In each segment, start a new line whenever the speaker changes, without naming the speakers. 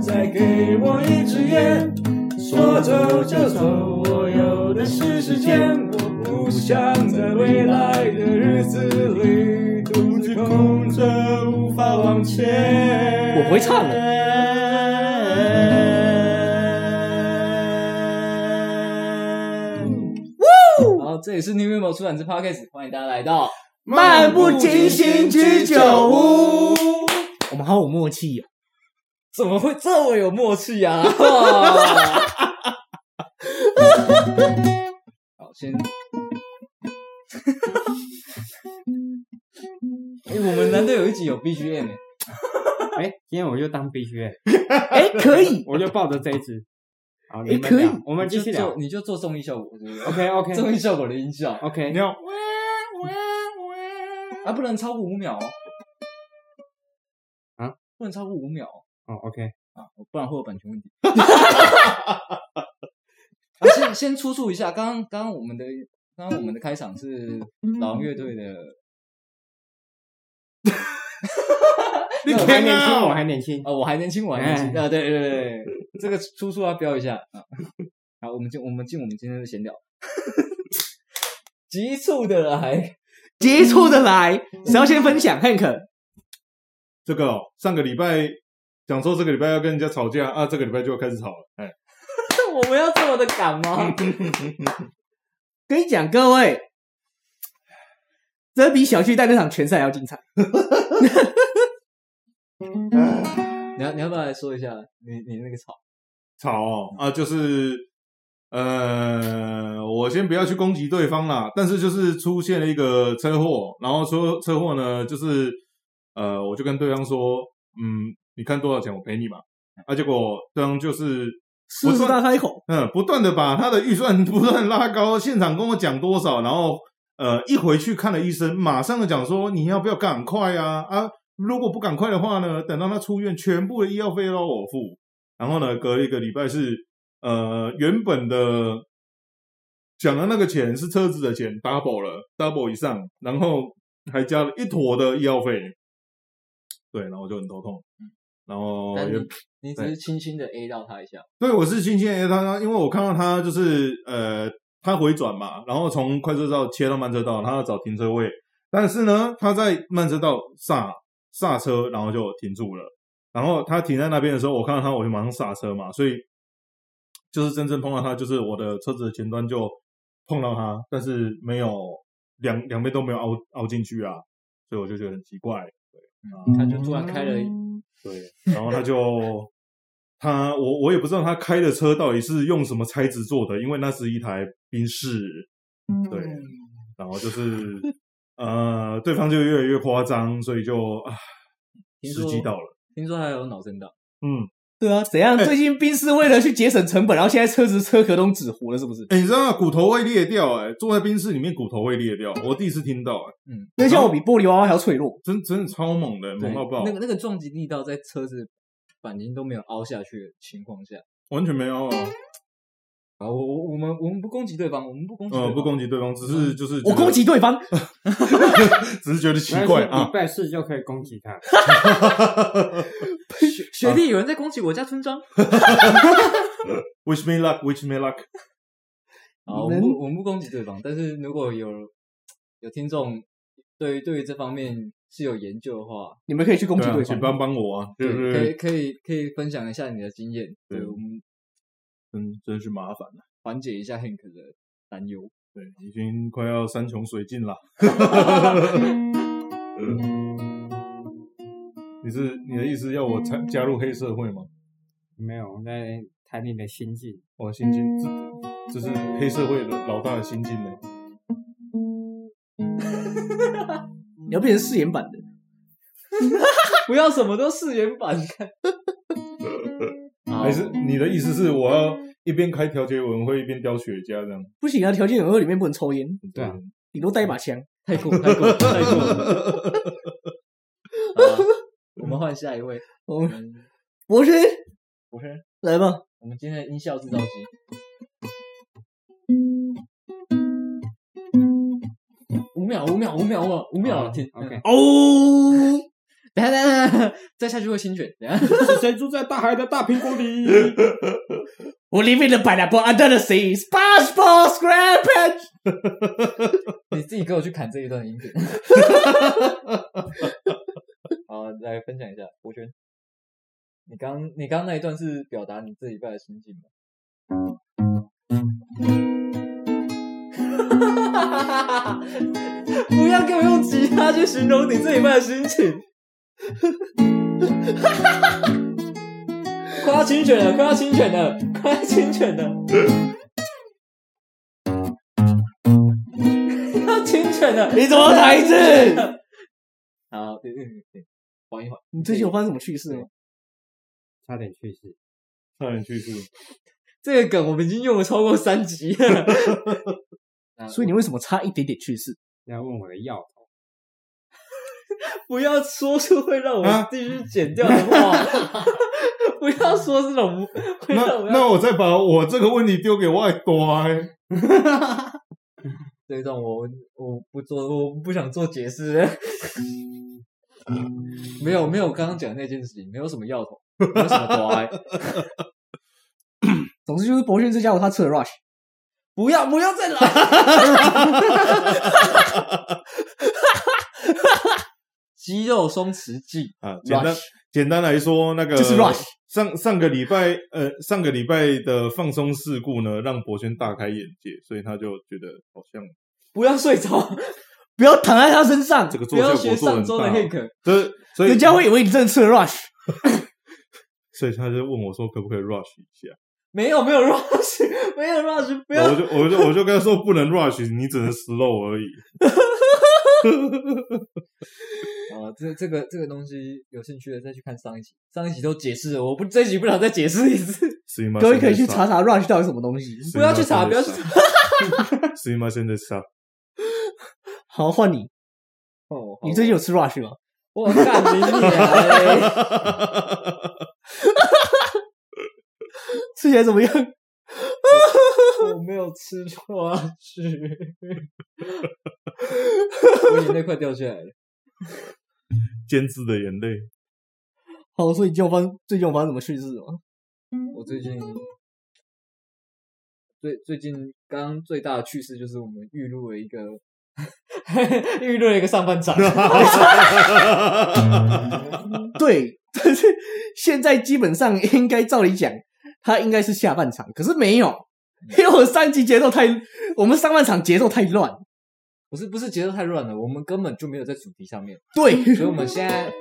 再给我一支烟，说走就走，我有的是时间，我不想在未来的日子里独自空着，无法往前。
我不会唱的好，这里是 New Emo 出版之 Podcast，欢迎大家来到。
漫不经心居酒屋。
我们好有默契哦。
怎么会这么有默契 啊？好，先。 哎、我们难得有一集有 BGM 欸
哎、今天我就当必 须、欸，
哎，可以，
我就抱着这一只。好，
哎
你们
可以
聊，我
我
们继续聊。
你就做综艺效果，对不 对
OK OK
综艺效果的音效
OK，
你要
啊，不能超过五秒哦。
啊，
不能超过五秒哦
哦 OK，
啊，不然会有版权 问题。啊、先先出处一下，刚刚刚刚我们的刚刚我们的开场是
嗯
老王乐队的，
你
我还
天
年轻，我
啊！
还年轻。
啊，我还年轻，我还年
哎
轻啊！对对对对，这个出处要标一下啊。 好，我们进我们进我们今天的闲聊， 急促的来，
接触的来，谁要先分享？Hank，
这个哦，上个礼拜讲说这个礼拜要跟人家吵架啊，这个礼拜就要开始吵了。哎，
我们要这么的赶吗？
跟你讲，各位，这比小巨蛋那场拳赛还要精彩。
你要你要不要来说一下你你那个草？
吵哦啊，就是呃，我先不要去攻击对方啦，但是就是出现了一个车祸，然后说车祸呢，就是呃，我就跟对方说，嗯，你看多少钱我赔你嘛。啊，结果对方就是
狮子大开口，
嗯，不断的把他的预算 不断地拉高，现场跟我讲多少，然后呃，一回去看了医生，马上就讲说你要不要赶快啊啊！如果不赶快的话呢，等到他出院，全部的医药费都要我付。然后呢，隔了一个礼拜是呃原本的讲的那个钱是车子的钱，double 了，double 以上，然后还加了一坨的医药费。对，然后我就很头痛，然后
但
也
你你只是轻轻的 A 到他一下，
对，我是新鲜 A 他，因为我看到他就是呃，他回转嘛，然后从快车道切到慢车道，他要找停车位，但是呢，他在慢车道刹刹车，然后就停住了。然后他停在那边的时候，我看到他，我就马上刹车嘛，所以就是真正碰到他，就是我的车子的前端就碰到他，但是没有两两边都没有凹凹进去啊，所以我就觉得很奇怪。
他就突然开了
嗯
对，然后他就他我我也不知道他开的车到底是用什么材质做的，因为那是一台宾士，对，然后就是呃，对方就越来越夸张，所以就啊，
听
时
说
机到了，
听说还有脑震荡，哎
嗯，
对啊，怎样？最近冰是为了去节省成本，然后现在车子车壳都纸糊了，是不是？
哎、你知道吗骨头会裂掉、哎，坐在宾士里面骨头会裂掉，我第一次听到、哎，
那像我比玻璃娃娃还要脆弱。
真真的超猛的，猛到爆，
那个那个撞击力道在车子钣金都没有凹下去的情况下，
完全没有、啊，
啊，我我我们我们不攻击对方，我们不攻击对
呃，
方，
不攻击对方，只是就是
我
觉得
攻，击对方，
只是觉得奇怪
但是
啊
礼，拜四就可以攻击他。
学
啊
学弟有人在攻击我家村 庄，
，wish me luck，wish me luck，
啊，我们不我们不攻击对方，但是如果有有听众对于对于这方面是有研究的话，
你们可以去攻击
对啊，
对
请
方。
帮帮我啊，对
对，
不
可以
对？
可以可以分享一下你的经验，对
对
我们
真真是麻烦了、
缓解一下 Hank 的担忧。
对，已经快要山穷水尽了。
嗯
你是你的意思要我参加入黑社会吗？
没有，我在谈你的心境。
我心境，这这是黑社会的老大的心境呢。
你要变成饰演版的，
不要什么都四元版，好
还是你的意思是我要一边开调解委员会一边叼雪 茄这样？
不行啊！条件委员里面不能抽烟，
对啊，
顶多带一把枪。
太过太过太过了。好啊我 们换下一位，
我
我
们
们
博轩
我是
来吧，
我们今天的音效制造机。五秒，五秒，五秒，五秒，五秒，
哦
停。
OK，
哦，
等一下等一下等一下，再下去会心卷。等一下
是谁住在大海的大苹果里？
我 live in the pineapple under the sea. SpongeBob SquarePants.
你自己给我去砍这一段音频。好，来分享一下，博轩，你刚你刚那一段是表达你这礼拜的心境吗？ 不要给我用吉他去形容你这礼拜的心情。 快要侵权了，快要侵权了，快要侵权了， 要侵权了！
你怎么打一次？
好，对对对对，缓一缓。
你最近有发生什么趣事吗？
差点去世。
差点 去世。
这个梗我们已经用了超过三集了。 啊
所以你为什么差一点点去世？
你 要问我的药头，
不要说出会让我
啊
继续剪掉的 话，不要说这种会
那
让我要
那我再把我这个问题丢给外啊端、
这种我我不做，我不想做解释。 没有没有，刚刚讲那件事情没有什么要头，没有什么 瓜、
总之就是博轩这家伙他吃了 rush，
不要不要再来！ 肌肉松弛剂，
啊，简单简单来说，那个
就是 rush
上上个礼拜，呃，上个礼拜的放松事故呢，让博轩大开眼界，所以他就觉得好像
不要睡着，
不要躺在他身上
这，个
不
做
要
效
学
果做
上
很
周的
大，哦
Hank。
这所以
人家会以为你真的吃了 rush。
所以他就问我说可不可以 rush 一下，
没有没有 rush，没有 rush，不
然后
要
我就我就我就跟他说不能 rush，你只能 slow 而已。
啊，这这个这个东西有兴趣的再去看上一集，上一集都解释了，我不这一集不想再解释一次，
所以嘛，
各位可以去查查 rush 到底什么东西。
す
不
いませ
要去
んでした，
查，不要去查。
所以嘛，现在 杀
好，换你，
哦，
你最近有吃 rush 吗？
我干你啊 娘嘞！
吃起来怎么样？
我没有吃下去，我眼泪快掉下来了。
监制的眼泪。
好，所以你就发最近有发生什么趣事吗？
我最近最最近刚刚最大的趣事就是我们预录了一个 预录了一个上半场，
嗯
对， 但是现在基本上应该照理讲，它应该是下半场，可是没有，因为我三级节奏太，我们上半场节奏太乱。
不是不是节奏太乱了，我们根本就没有在主题上面，
对，
所以我们现在。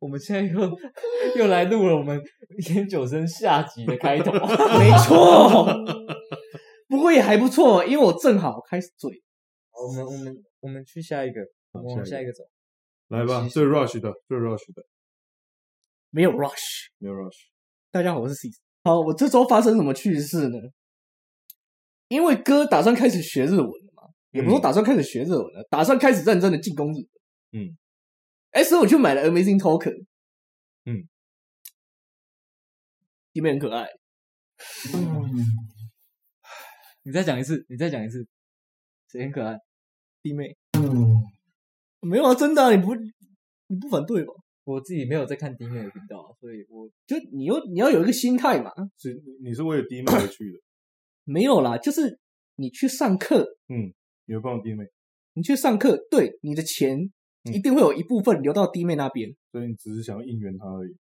我们现在又 又来录了我们烟酒声下集的开 头，
没错。 不过也还不错，因为我正好开始醉。
好我们我们我们去下一个，我们往下一个走。
来吧，最 rush 的，最 rush 的，
没有 rush。
没有 rush。
大家好，我是 C。好，我这周发生什么趣事呢？因为哥打算开始学日文了嘛，也
嗯
不是说打算开始学日文了，打算开始认真的进攻日本。
嗯，
哎，所以我去买了 Amazing Token。
嗯，
里面很可爱。
你再讲一次，你再讲一次，谁很可爱？
弟妹。没有啊，真的啊、你不你不反对吧？
我自己没有在看 D 妹的频道，所以我
就你又你要有一个心态嘛。
是你是为了弟妹而去的，
没有啦，就是你去上课，
你会帮弟妹，
你去上课，对你的钱
嗯
一定会有一部分流到弟妹那边。
所以你只是想要应援她而已。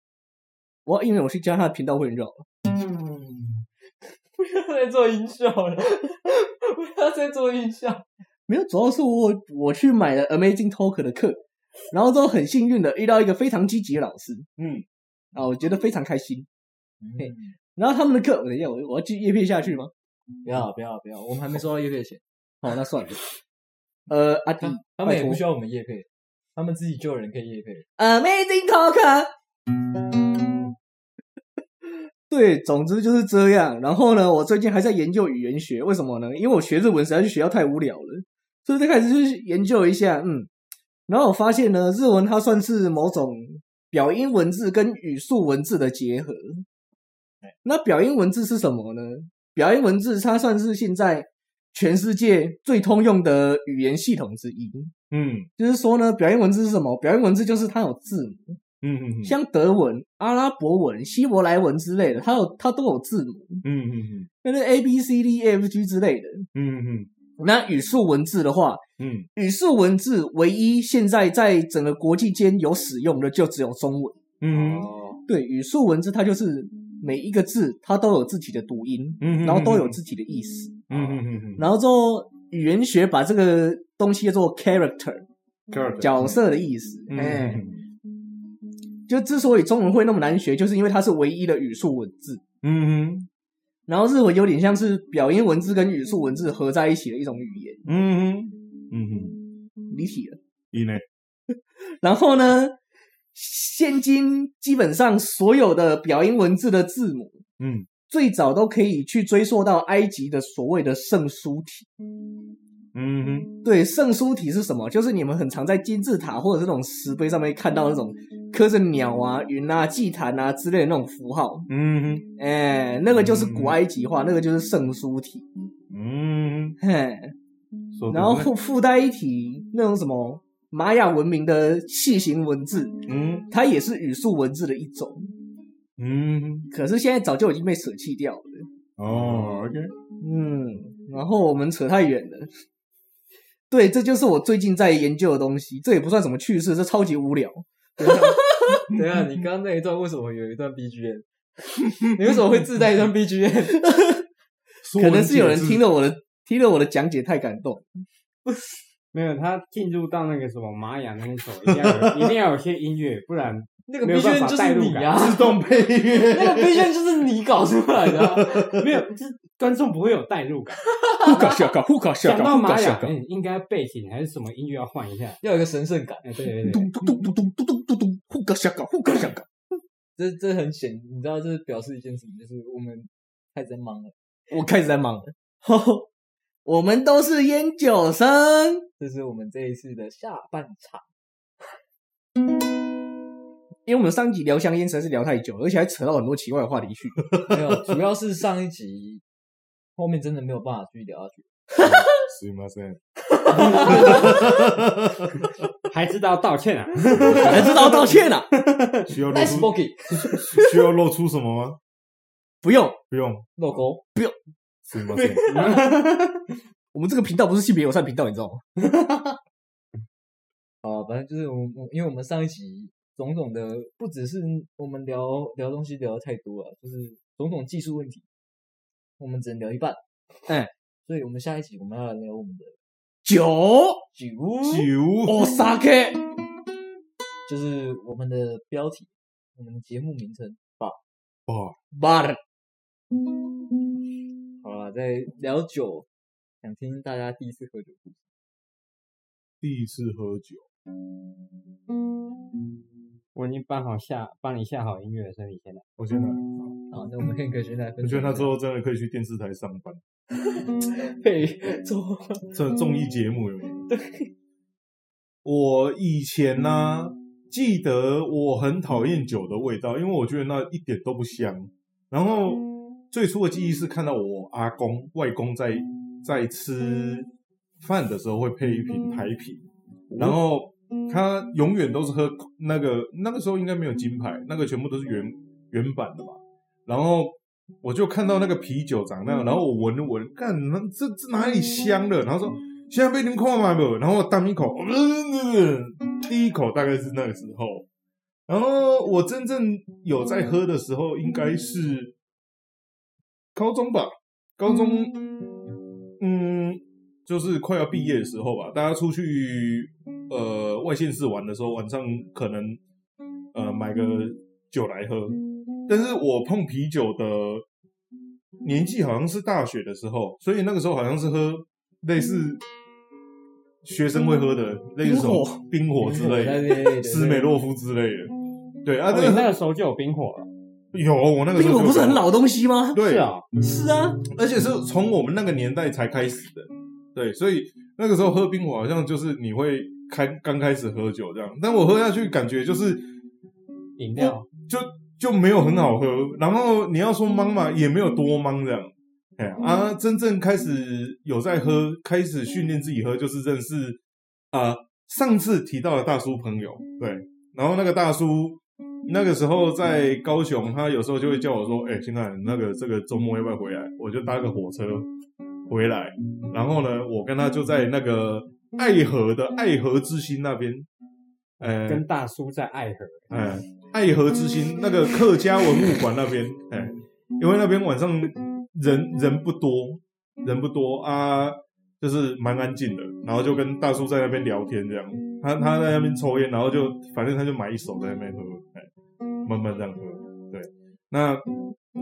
我因为我去加他的频道会员就好了。
不要再做音效了， 不要再做音效。
没有，主要是我我去买了 Amazing Talk 的课，然后之后很幸运的遇到一个非常积极的老师，
嗯，
啊，我觉得非常开心。然后他们的课，等一下我我要继续叶片下去吗？
不要不要不要，我们还没收到叶配钱，
好，那算了。呃，阿迪
他他们也
拜托
不需要我们叶配，他们自己就有人可以叶配。
Amazing Talk。对，总之就是这样。然后呢，我最近还在研究语言学，为什么呢？因为我学日文实在是学到太无聊了，所以最开始就是研究一下，嗯。然后我发现呢，日文它算是某种表音文字跟语速文字的结合。那表音文字是什么呢？表音文字它算是现在全世界最通用的语言系统之一。
嗯
就是说呢，表意文字是什么？表意文字就是它有字母，
嗯嗯
像德文、阿拉伯文、希伯来文之类的，它有它都有字母，
嗯嗯
那是 A B C D E F G 之类的。
嗯嗯
那语速文字的话，
嗯
语速文字唯一现在在整个国际间有使用的就只有中文。
嗯
哦，
对，语速文字它就是每一个字它都有自己的读音，
嗯，
然后都有自己的意思。
嗯嗯嗯
然后之后语言学把这个东西叫做 character
嗯
角色的意思。哎、
嗯
就之所以中文会那么难学，就是因为它是唯一的语速文字。
嗯
然后日文有点像是表音文字跟语速文字合在一起的一种语言，
嗯嗯，
离体了。
以内
然后呢，现今基本上所有的表音文字的字母，
嗯
最早都可以去追溯到埃及的所谓的圣书体。
嗯嗯
对，圣书体是什么？就是你们很常在金字塔或者这种石碑上面看到那种
嗯
刻着鸟啊、云啊、祭坛啊之类的那种符号。
嗯
哎，那个就是古埃及话，那个就是圣书体。
嗯，
嘿，然后附附带一体那种什么玛雅文明的楔形文字，
嗯
它也是语速文字的一种，
嗯
可是现在早就已经被舍弃掉了。
哦，OK，
嗯，然后我们扯太远了。对，这就是我最近在研究的东西，这也不算什么趣事，这超级无聊。
等一啊 下，你刚刚那一段为什么有一段 BGM？你为 什么会自带一段 BGM？
可能是有人听了我的听了我的讲解太感动。
没有，他进入到那个什么玛雅那一首，一定要有一定要有些音乐，不然
那个
没有办
BGM
法
就是
代入
你
感
啊，
自动配乐，
那个 BGM 就是你搞出来的啊、
没有，就是观众不会有代入感。
呼卡下卡，呼卡
讲到玛雅，嗯，应该背景还是什么音乐要换一下。
要有一个神圣感。
哎，对 对对，
咚咚咚咚咚咚咚咚，呼卡下卡，呼卡下卡。
这这很显，你知道这表示一件什么？就是我们太在忙了，
我开始在忙了。 我们都是烟酒生，
这是我们这一次的下半场。
因为我们上集聊香烟实在是聊太久了，而且还扯到很多奇怪的话题去。
没有，主要是上一集后面真的没有办法继续聊下去。
すいません。
还知道道歉啊？
才知道道歉了、
需要露
Nice
出
bogey，
需要露出什么吗？
不用，
不用，
老公，
すいません。
我们这个频道不是性别友善频道，你知道吗？
啊，反正就是我们，我因为我们上一集种种的，不只是我们聊聊东西聊的太多了，就是种种技术问题，我们只能聊一半。
嗯，
所以我们下一集我们要来聊我们的
酒
酒，
九
Osaka，
就是我们的标题，我们的节目名称。
哦，
妈的，
好了，在聊酒，想听大家第一次喝酒故事。
第一次喝酒，
我已经搬好下，帮你下好音乐的声音先了。
我现在
好，那我们可以先来
我
分
觉
享一
得
下。
他之后真的可以去电视台上班，
配做
这综艺节目有没有？对，我以前呢、记得我很讨厌酒的味道，因为我觉得那一点都不香。然后最初的记忆是看到我阿公、外公在在吃饭的时候会配一瓶台啤，然后他永远都是喝那个那个时候应该没有金牌，那个全部都是原原版的嘛。然后我就看到那个啤酒长那样，然后我闻了闻，看那这这哪里香了？然后说现在被你们看完没？然后我当一口，呃第一口大概是那个时候。然后我真正有在喝的时候，应该是高中吧，高中，嗯，就是快要毕业的时候吧，大家出去呃外县市玩的时候，晚上可能呃买个酒来喝，但是我碰啤酒的年纪好像是大学的时候，所以那个时候好像是喝类似学生会喝的类似什么嗯冰火之类的，
的
斯美洛夫之类的。对啊，
啊，你
那
那
个
个时候就有冰火了。
有啊我那个时
冰
候
火
就
不是很老的东西吗？
对
是啊，
是啊，
而且是从我们那个年代才开始的，对，所以那个时候喝冰火好像就是你会开刚开始喝酒这样，但我喝下去感觉就是
饮料
就就没有很好喝，然后你要说忙嘛也没有多忙这样，哎呀啊，真正开始有在喝，开始训练自己喝，就是认识啊、上次提到了大叔朋友，对，然后那个大叔那个时候在高雄，他有时候就会叫我说：“哎、现在那个这个周末要不要回来？”我就搭个火车回来，然后呢，我跟他就在那个爱河的爱河之心那边，呃，
跟大叔在爱河，
哎，爱河之心那个客家文物馆那边，哎，因为那边晚上人人不多，人不多啊，就是蛮安静的。然后就跟大叔在那边聊天，这样，他他在那边抽烟，然后就反正他就买一手在那边喝，哎，慢慢这样喝。对，那，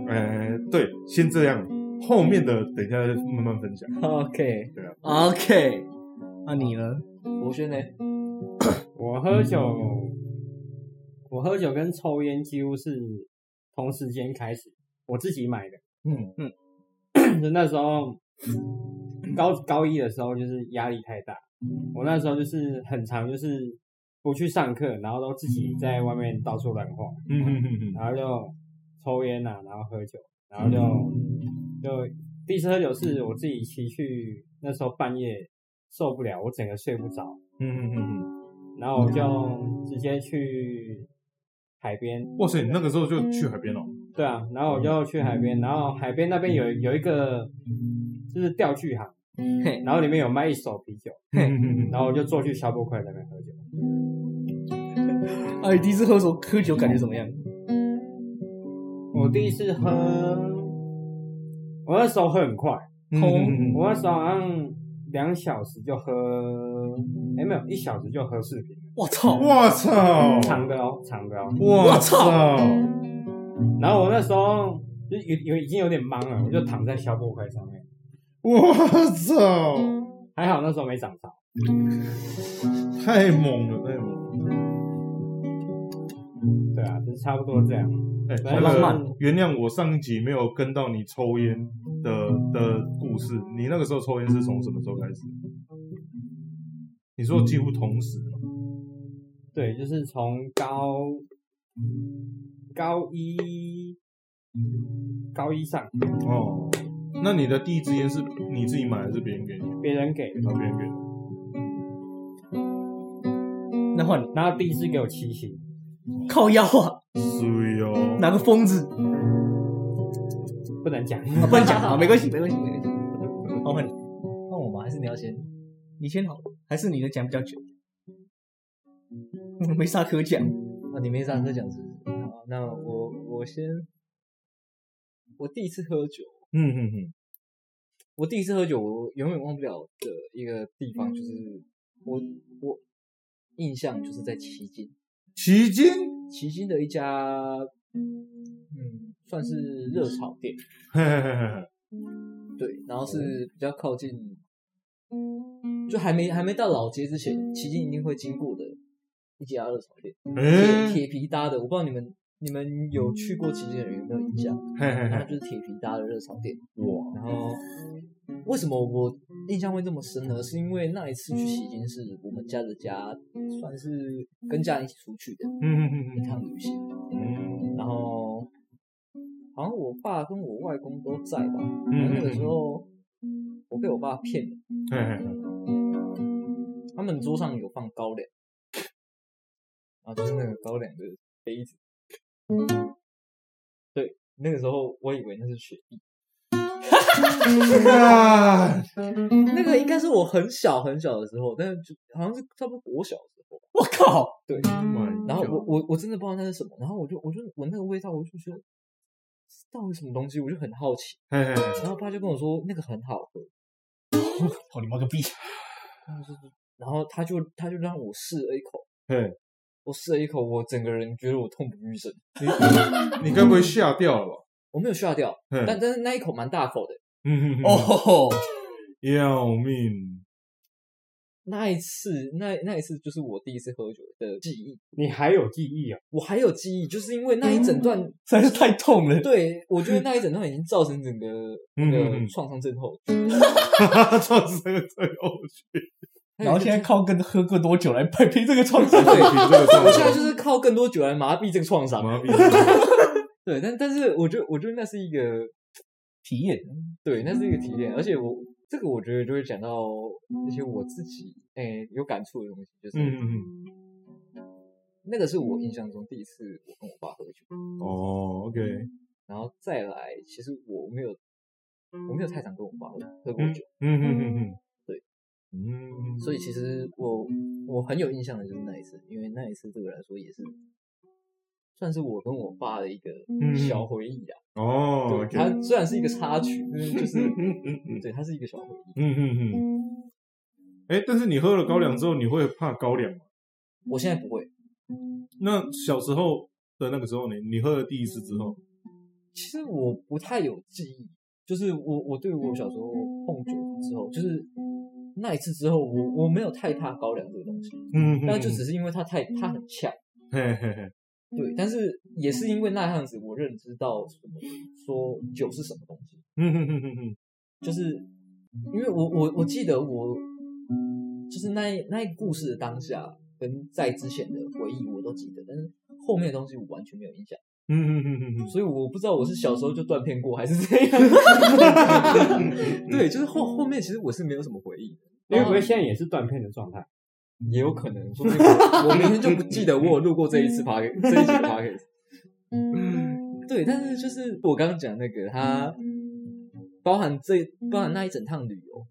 呃，对，先这样，后面的等一下再慢慢分享。
OK
对啊，
OK，那你呢？
博轩呢？
我喝酒，
嗯
我喝酒跟抽烟几乎是同时间开始，我自己买的。
嗯
就那时候高高一的时候，就是压力太大，我那时候就是很常就是不去上课，然后都自己在外面到处乱晃，
嗯嗯嗯
然后就抽烟呐、啊，然后喝酒，然后就就第一次喝酒是我自己骑去，那时候半夜受不了，我整个睡不着，
嗯嗯嗯
然后我就直接去海边，
嗯，哇塞，你那个时候就去海边了、
对啊，然后我就去海边，然后海边那边有有一个就是钓具行，
嘿，
然后里面有卖一手啤酒。
嗯
然后我就坐去小波块那边喝酒，
啊，你第一次喝酒喝酒感觉怎么样？
我第一次喝，我那时候喝很快，
嗯嗯
我那时候好像两小时就喝，哎、没有一小时就喝四瓶，
我操！
我操！
嗯
长的哦，长的哦。
我
操！
然后我那时候就有有已经有点懵了，我就躺在小波块上面，
我操！
还好那时候没长潮。
太猛了，太猛了！
对啊，就是差不多这样。
哎、
来
那
浪
个
漫
原谅我上一集没有跟到你抽烟的的故事。你那个时候抽烟是从什么时候开始？你说几乎同时吗？
对，就是从高高一高一上
哦，那你的第一支烟是你自己买还是别人给你？
别人给的，
啊，别人给你。
那换你
然后第一次给我七星。
靠腰啊，
水哦，
拿个疯子
不能讲，
啊，不能讲啊，没关系，没关系，没关系。好，换你，
换我吗？还是你要先？
你先好了，还是你的讲比较久，我嗯没啥可讲。
啊，你没啥可讲是不是？好，那我我先，我第一次喝酒，
嗯嗯嗯，
我第一次喝酒，我永远忘不了的一个地方就是我我印象就是在奇经，
奇经
奇经的一家嗯算是热炒店，
嘿嘿嘿嘿嘿，
对，然后是比较靠近，就还没还没到老街之前，奇经一定会经过的一家热炒店，铁
哎、
铁皮搭的，我不知道你们你们有去过奇经的人有没有印象？
嘿嘿
然后它
嘿，
就是铁皮搭的热炒店。哇！然后为什么我印象会这么深呢？是因为那一次去喜金是我们家的家，算是跟家人一起出去的
嗯嗯嗯
一趟旅行，
嗯
然后好像我爸跟我外公都在吧。然后
嗯，
那 个时候我被我爸骗了，
嘿嘿嘿，
他们桌上有放高粱，啊，就是那个高粱的杯子。对，那个时候我以为那是雪碧。
啊，
那个应该是我很小很小的时候，但是就好像是差不多国小的时候。
我靠！
然后我我我真的不知道那是什么，然后我就我就闻那个味道，我就觉得这到底什么东西，我就很好奇。
嘿嘿嘿，
然后我爸就跟我说那个很好喝，
操你妈个逼！
然后就是然后他就他就让我试了一口，
嘿，
我试了一口，我整个人觉得我痛不欲生，
你该不会吓掉了吧？
我没有吓掉，
嘿
但但是那一口蛮大口的。
嗯嗯
哦吼吼，
要命！
那一次，那那一次就是我第一次喝酒的记忆，
你还有记忆哦？
我还有记忆，就是因为那一整段，
嗯
实在是太痛了。
对我觉得那一整段已经造成整个那
嗯嗯
个
嗯
创伤症候群
哈哈，创伤最后去，
还有
然后
就
现在靠更喝更多酒来摆平这个创伤。
对
这 个
我现在就是靠更多酒来麻痹这个创伤。
麻痹。
对，但但是我觉得，我觉得那是一个
体验
嗯
对，那是一个体验，而且我这个我觉得就会讲到一些我自己诶、有感触的东西，就是、
嗯嗯
那个是我印象中第一次我跟我爸喝酒，
嗯，哦，OK，
然后再来，其实我没有我没有太常跟我爸喝喝过酒，
嗯嗯嗯嗯，
对，
嗯，
所以其实我我很有印象的就是那一次，因为那一次对我来说也是算是我跟我爸的一个
嗯
小回忆啊。
哦
对，
，OK，
它虽然是一个插曲，但是就是
嗯嗯嗯
对，它是一个小回忆。
嗯嗯嗯，哎、但是你喝了高粱之后，你会怕高粱吗？
我现在不会，
那小时候的那个时候呢？你喝了第一次之后，
其实我不太有记忆，就是我我对我小时候碰酒之后，就是那一次之后，我我没有太怕高粱这个东西，
嗯，
那就只是因为它太它很呛。
嘿嘿嘿，
对，但是也是因为那样子，我认知到什么说酒是什么东西，
嗯哼哼哼哼，
就是因为我我我记得我就是那一那一故事的当下跟在之前的回忆我都记得，但是后面的东西我完全没有印象，
嗯哼哼哼哼，
所以我不知道我是小时候就断片过还是这样。 对，就是后后面其实我是没有什么回忆的，
你会不会现在也是断片的状态？
也有可能 说不定我我明天就不记得我有录过这一次 p o d c a 这一集 p o d c
嗯
a 对，但
嗯
是就是我刚刚讲那个，它包含这
嗯
包含那一整趟旅游，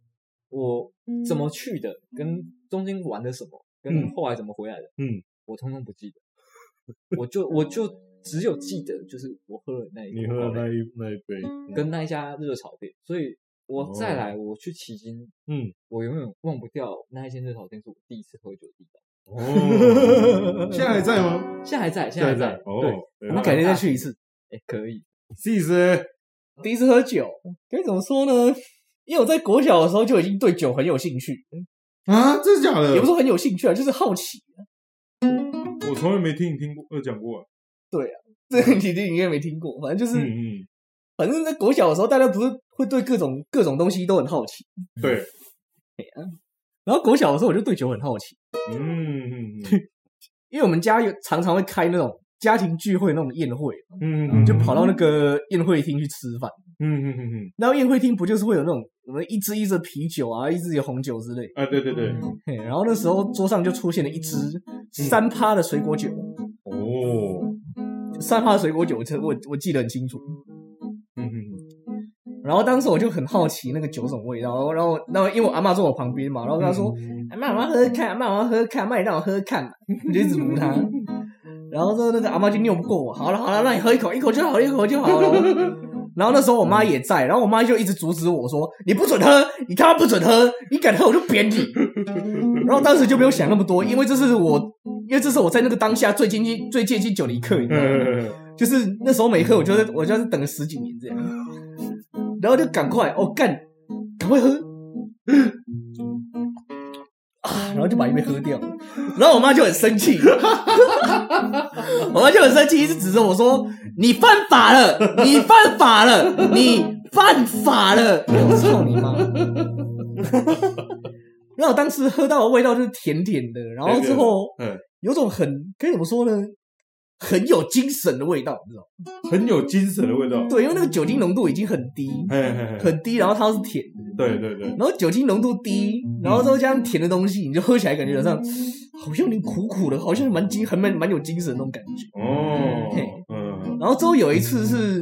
我怎么去的，跟中间玩的什么，跟
嗯
后来怎么回来的，
嗯，
我通通不记得， 我就我就只有记得就是我喝了那一
你喝了
口
那一那一杯，
跟那一家热炒店，所以我再来我去迄今，
哦嗯，
我永远忘不掉那一间热炒店是我第一次喝酒的地方。
哦，现在还在吗？
现在还在，现
现
在还
在
在。对，
哦，
那改天再去一次。
哎，可以。
试一试，
第一次喝酒，该怎么说呢？因为我在国小的时候就已经对酒很有兴趣，
啊，真的假的？
也不是说很有兴趣啊，就是好奇。
我从来没听你听过呃讲过啊，
这个你你应该没听过，反正就是，
嗯嗯，
反正在国小的时候，大家不是会对各种各种东西都很好奇。
对，
然后国小的时候，我就对酒很好奇，
嗯嗯
因为我们家有常常会开那种家庭聚会那种宴会，
嗯嗯，
就跑到那个宴会厅去吃饭。
嗯嗯嗯嗯，
然后宴会厅不就是会有那种什么一支一支的啤酒啊，一支有红酒之类的。
啊，对对对，
嘿，然后那时候桌上就出现了一支三趴的水果酒，
哦，
三趴的水果酒，这我我记得很清楚。
嗯嗯
然后当时我就很好奇那个酒什么味道，然后然后然后因为我阿妈坐我旁边嘛，然后跟她
嗯
说：“阿妈，我要喝喝看，阿妈，我要喝喝看，阿妈你让我喝喝看嘛。”我就一直撸她。然后之后那个阿妈就拗不过我，好了好了，让你喝一口，一口就好了，一口就好了。然后那时候我妈也在，然后我妈就一直阻止我说：“你不准喝，你他妈不准喝，你敢喝我就扁你。”然后当时就没有想那么多，因为这是我，因为这是我在那个当下最接近最接近酒的一刻，你
네,
知道吗？
嗯，
就是那时候每一刻，我觉得我就是等了十几年这样，然后就赶快哦干，赶快喝啊，然后就把一杯喝掉了。然后我妈就很生气，我妈就很生气，一直指着我说：“你犯法了，你犯法了，你犯法了！”我操你妈！然后我当时喝到的味道就是甜甜的，然后之后
嗯，
有种很该怎么说呢，很有精神的味道，你知道吗？
很有精神的味道，
对，因为那个酒精浓度已经很低，
嘿嘿嘿，
很低，然后它是甜的，
对对对，
然后酒精浓度低，然后再加上甜的东西，你就喝起来感觉好像好像你苦苦的，好像蛮精，很蛮蛮有精神的那种感觉。
哦，嗯
然后之后有一次是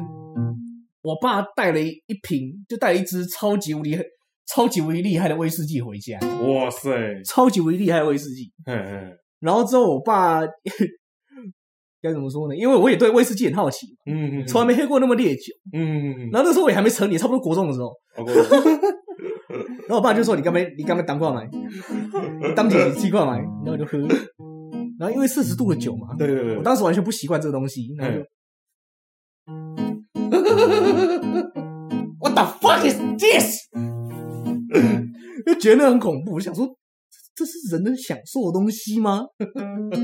我爸带了一瓶，就带了一支超级无敌超级无敌厉害的威士忌回家，
哇塞，
超级无敌厉害的威士忌。
嘿嘿，
然后之后我爸 该怎么说呢？因为我也对威士忌很好奇，
嗯，
从来没喝过那么烈酒。
음,嗯，
然后那时候我也还没成年，差不多国中的时候，
好过，嗯
然后我爸就说：“你干嘛？你干嘛当挂买？当姐姐七挂买？”然后我就喝。然后因为四十度的酒嘛，
对对对，
我当时完全不习惯这个东西，
네.
然后
음,嗯
就。What the fuck is this？就觉得那很恐怖，我想说，这这是人能享受的东西吗？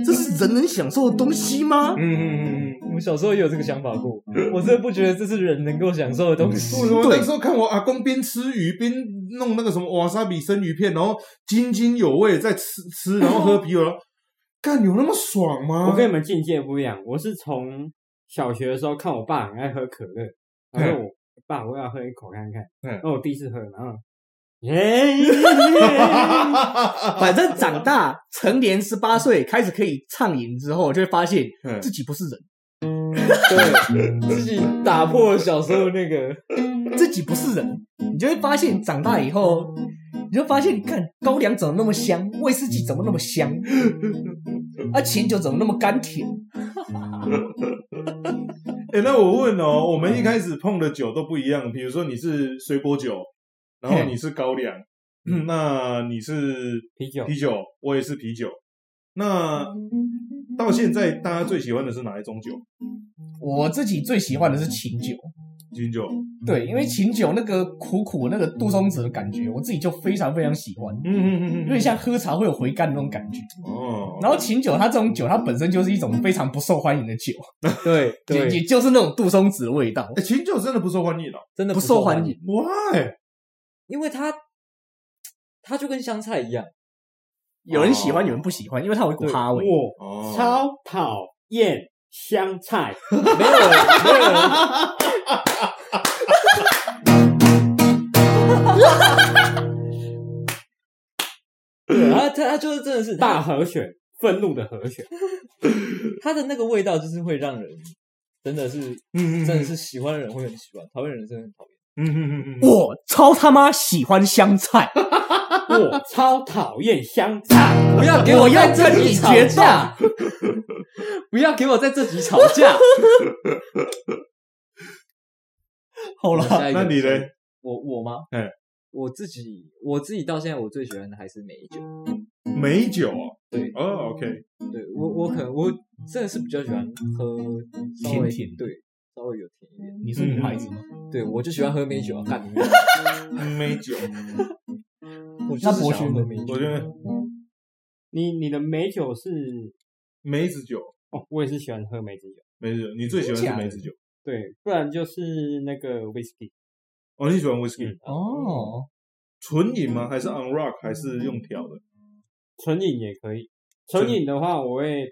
这是人能享受的东西吗？
嗯嗯嗯嗯，
我小时候也有这个想法过，
嗯
我真的不觉得这是人能够享受的东西。
为什么那时候看我阿公边吃鱼边弄那个什么瓦萨比生鱼片，然后津津有味在吃吃，然后喝啤酒，然后干有那么爽
嗯
吗？
我跟你们境界不一样，我是从小学的时候看我
嗯
爸很爱喝可乐，然后我爸我要喝一口看看，
嗯
然后我第一次喝，然后哎耶，
反正长大成年十八岁开始可以畅饮之后，就会发现
嗯
自己不是人，
对，自己打破了小时候那个，
自己不是人，你就会发现长大以后，你就发现，看高粱怎么那么香，威士忌怎么那么香，啊，琴酒怎么那么甘甜？
哎、那我问哦，我们一开始碰的酒都不一样，比如说你是水果酒，然后
嘿
你是高粱，嗯那你是
啤酒
啤酒，我也是啤酒。那到现在大家最喜欢的是哪一种酒？
我自己最喜欢的是琴酒，
金酒。
对，因为琴酒那个苦苦那个杜松子的感觉，我自己就非常非常喜欢，
嗯嗯嗯
有
嗯
点像喝茶会有回甘那种感觉。
哦，
然后琴酒它这种酒，它本身就是一种非常不受欢迎的酒，
对
也
对，
也就是那种杜松子的味道，
哎、琴酒真的不受欢迎哦。
真的
不
受
受
欢
欢迎，。
Why？
因为它它就跟香菜一样，
有人喜欢，有人不喜欢，因为它有一股哈味。
我
哦，
超讨厌香 菜。
没有人没有人对，然后它它就是真的是
大
大，
和弦，愤怒的和弦。
它的那个味道就是会让人真的是
嗯嗯
真
嗯
的是喜欢的人会很喜欢，讨厌的人真的很讨厌。
嗯嗯嗯嗯，
我超他妈喜欢香菜，
我超讨厌香菜，
嗯不要给
我
在
要
这
跟
里
你
吵
决
架，
战。
不要给我在这里吵架。
好
好
了，
下一个
那你嘞？
我我吗？
哎
我自己我自己到现在我最喜欢的还是美酒。
美酒哦。
对
哦，OK，
对我我可能我真的是比较喜欢喝稍微
甜甜的
对，稍微有甜一点。
你是女孩子吗？
对我就喜欢喝美酒啊，干你妹！
美酒，
我就是想
博
要
勋
喝
呢
美酒
我。觉得
你你的美酒是
梅子酒，
哦，我也是喜欢喝梅子酒，
梅子酒，你最喜欢
真假
是
的
梅子酒。
对，不然就是那个 whisky
哦，你喜欢 whisky？、
嗯
哦，
纯饮吗？还是 on rock？还是用调的？
纯饮也可以。纯饮的话，我会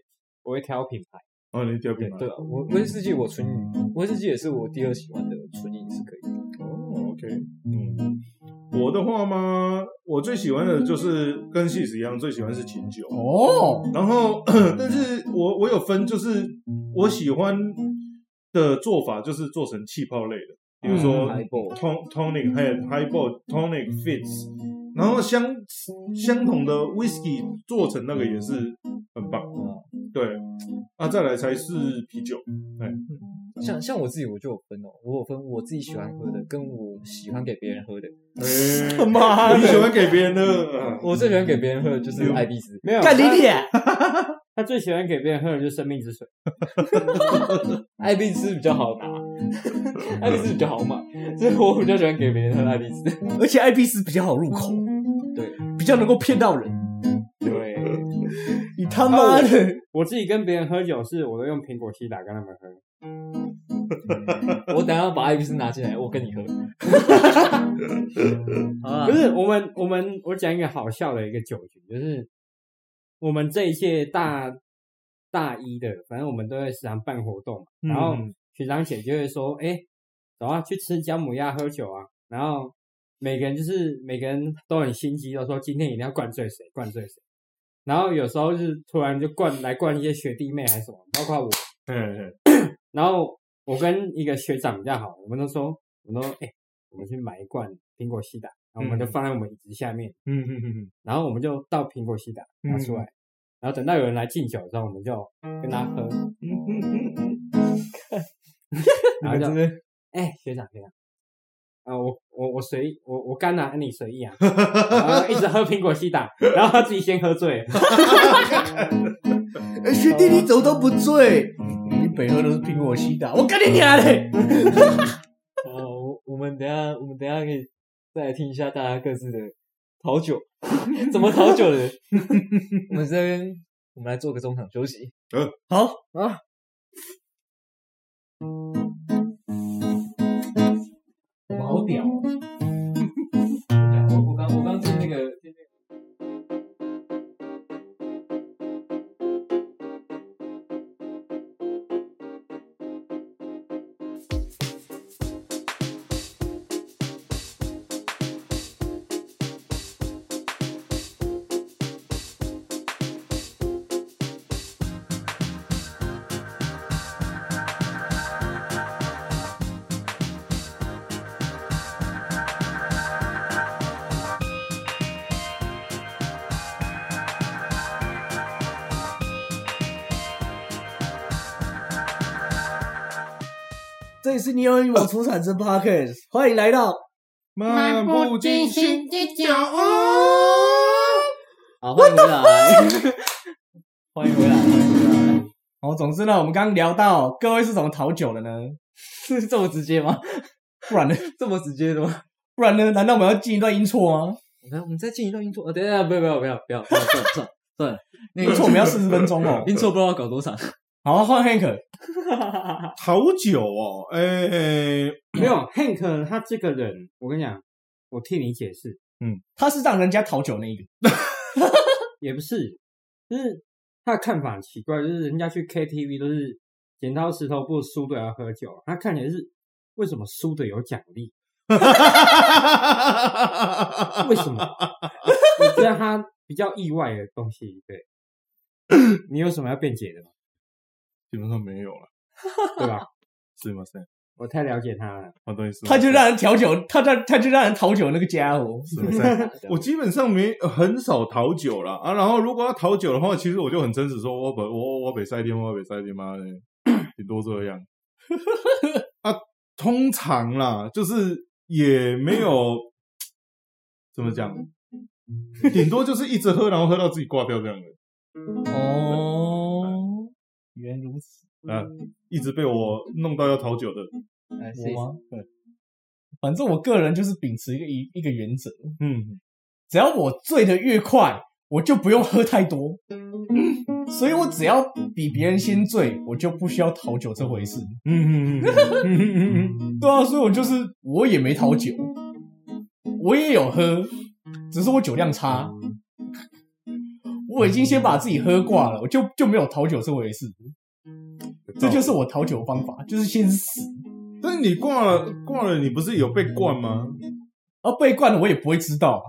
我会挑品牌，
哦，你调品牌。
对啊，
嗯
我威士忌我纯饮，威士忌也是我第二喜欢的纯饮是可以的。
哦，OK，嗯，我的话嘛，我最喜欢的就是跟戏子一样，最喜欢是琴酒。
哦，
然后，但是我我有分，就是我喜欢的做法就是做成气泡类的，比如说
嗯 highball
ton tonic 还有 highball tonic fits，然后相相同的 whisky 做成那个也是很棒。
嗯
对，啊，再来才是啤酒。
像像我自己我就有分哦，我有分我自己喜欢喝的，跟我喜欢给别人喝的。
哎
妈的
你喜欢给别人的？啊
我最喜欢给别人喝的就是
嗯
艾必斯，
没有
干你
他
脸！
他最喜欢给别人喝的就是生命之水，
艾必斯比较好拿， 艾必斯比较好买，所以我比较喜欢给别人喝艾必斯。嗯
而且艾必斯比较好入口，
对，
比较能够骗到人。
对，
你他妈的，
我自己跟别人喝酒是我都用苹果西打跟他们喝，
我等一下把艾必斯拿进来，我跟你 喝。 啊
啊
不，是我们我们我讲一个好笑的一个酒局，就是我们这一届大大一的，反正我们都会时常办活动嘛，然后
嗯
学长姐就会说，哎、走啊，去吃姜母鸭喝酒啊，然后每个人就是每个人都很心机，都说今天一定要灌醉谁，灌醉谁。然后有时候就是突然就灌来灌一些学弟妹还是什么，包括我，
嘿嘿，
然后我跟一个学长比较好，我们都说，我们都哎、我们去买一罐苹果西打，然后我们就
嗯
放在我们椅子下面，
嗯嗯嗯嗯，
然后我们就倒苹果西打
嗯
拿出来，然后等到有人来敬酒之后，我们就跟他喝，
嗯你
然
嗯
后
们
就
真的
哎、学长学长，啊我我我随意我我干了、啊，你随意 啊，然后一直喝苹果西打，然后他自己先喝醉 了，
哎学弟你怎么都不醉？你北喝都是苹果西打，我跟你娘嘞！
哦，我我们等一下我们等一下可以再来听一下大家各自的讨酒，怎么讨酒 的？我们这边我们来做个中场休息。
好啊，我好 屌哦！
我我刚我刚听那个听那
这里是你有你我出产生 Podcast，欢迎来到
漫不经心
的
脚
脚
好，欢迎回来， 欢迎回来，欢迎回来，
哦。总之呢，我们刚刚聊到各位是怎么讨酒的呢？
是这么直接吗？
不 然呢？
这么直接的吗？
不然呢？难道我们要进一段音错吗？
我们我们再进一段音错，呃，等一下，不要不要不要不要，算了算了算了算了，那
音
个
错我们要四十分钟哦。
音错不知道搞多长，
好，换 Hank，
好久哦，哎、
没有 Hank 他这个人，我跟你讲，我替你解释，
他是让人家讨酒那一个。
也不是，就是他的看法很奇怪，就是人家去 KTV 都是剪刀石头布，输的要喝酒，他看起来是为什么输的有奖励？为 什么？我觉得他比较意外的东西，对。 你有什么要辩解的吗？
基本上没有了，
对 吧？
是吗？是，
我太了解他了。
好东西，
他就让人调酒，他他他就让人讨酒那个家伙。
是 不
啊
是？我基本上没呃很少讨酒啦。啊。然后如果要讨酒的话，其实我就很真实说，我本我我北塞店，我北塞店，妈的，顶多这样。 啊，通常啦，就是也没有怎么讲，顶多就是一直喝，然后喝到自己挂掉这样的。
哦，原来如此，
啊，一直被我弄到要讨酒的，
来试一试
我吗？对，反正我个人就是秉持一个一一个原则，
嗯，
只要我醉的越快，我就不用喝太多，所以我只要比别人先醉，我就不需要讨酒这回事。
嗯嗯嗯嗯，
对啊，所以我就是我也没讨酒，我也有喝，只是我酒量差。我已经先把自己喝挂了，我就就没有讨酒这回事。这就是我讨酒方法，就是先死，
但是你挂了挂了，你不是有被灌吗？
而啊被灌了我也不会知道。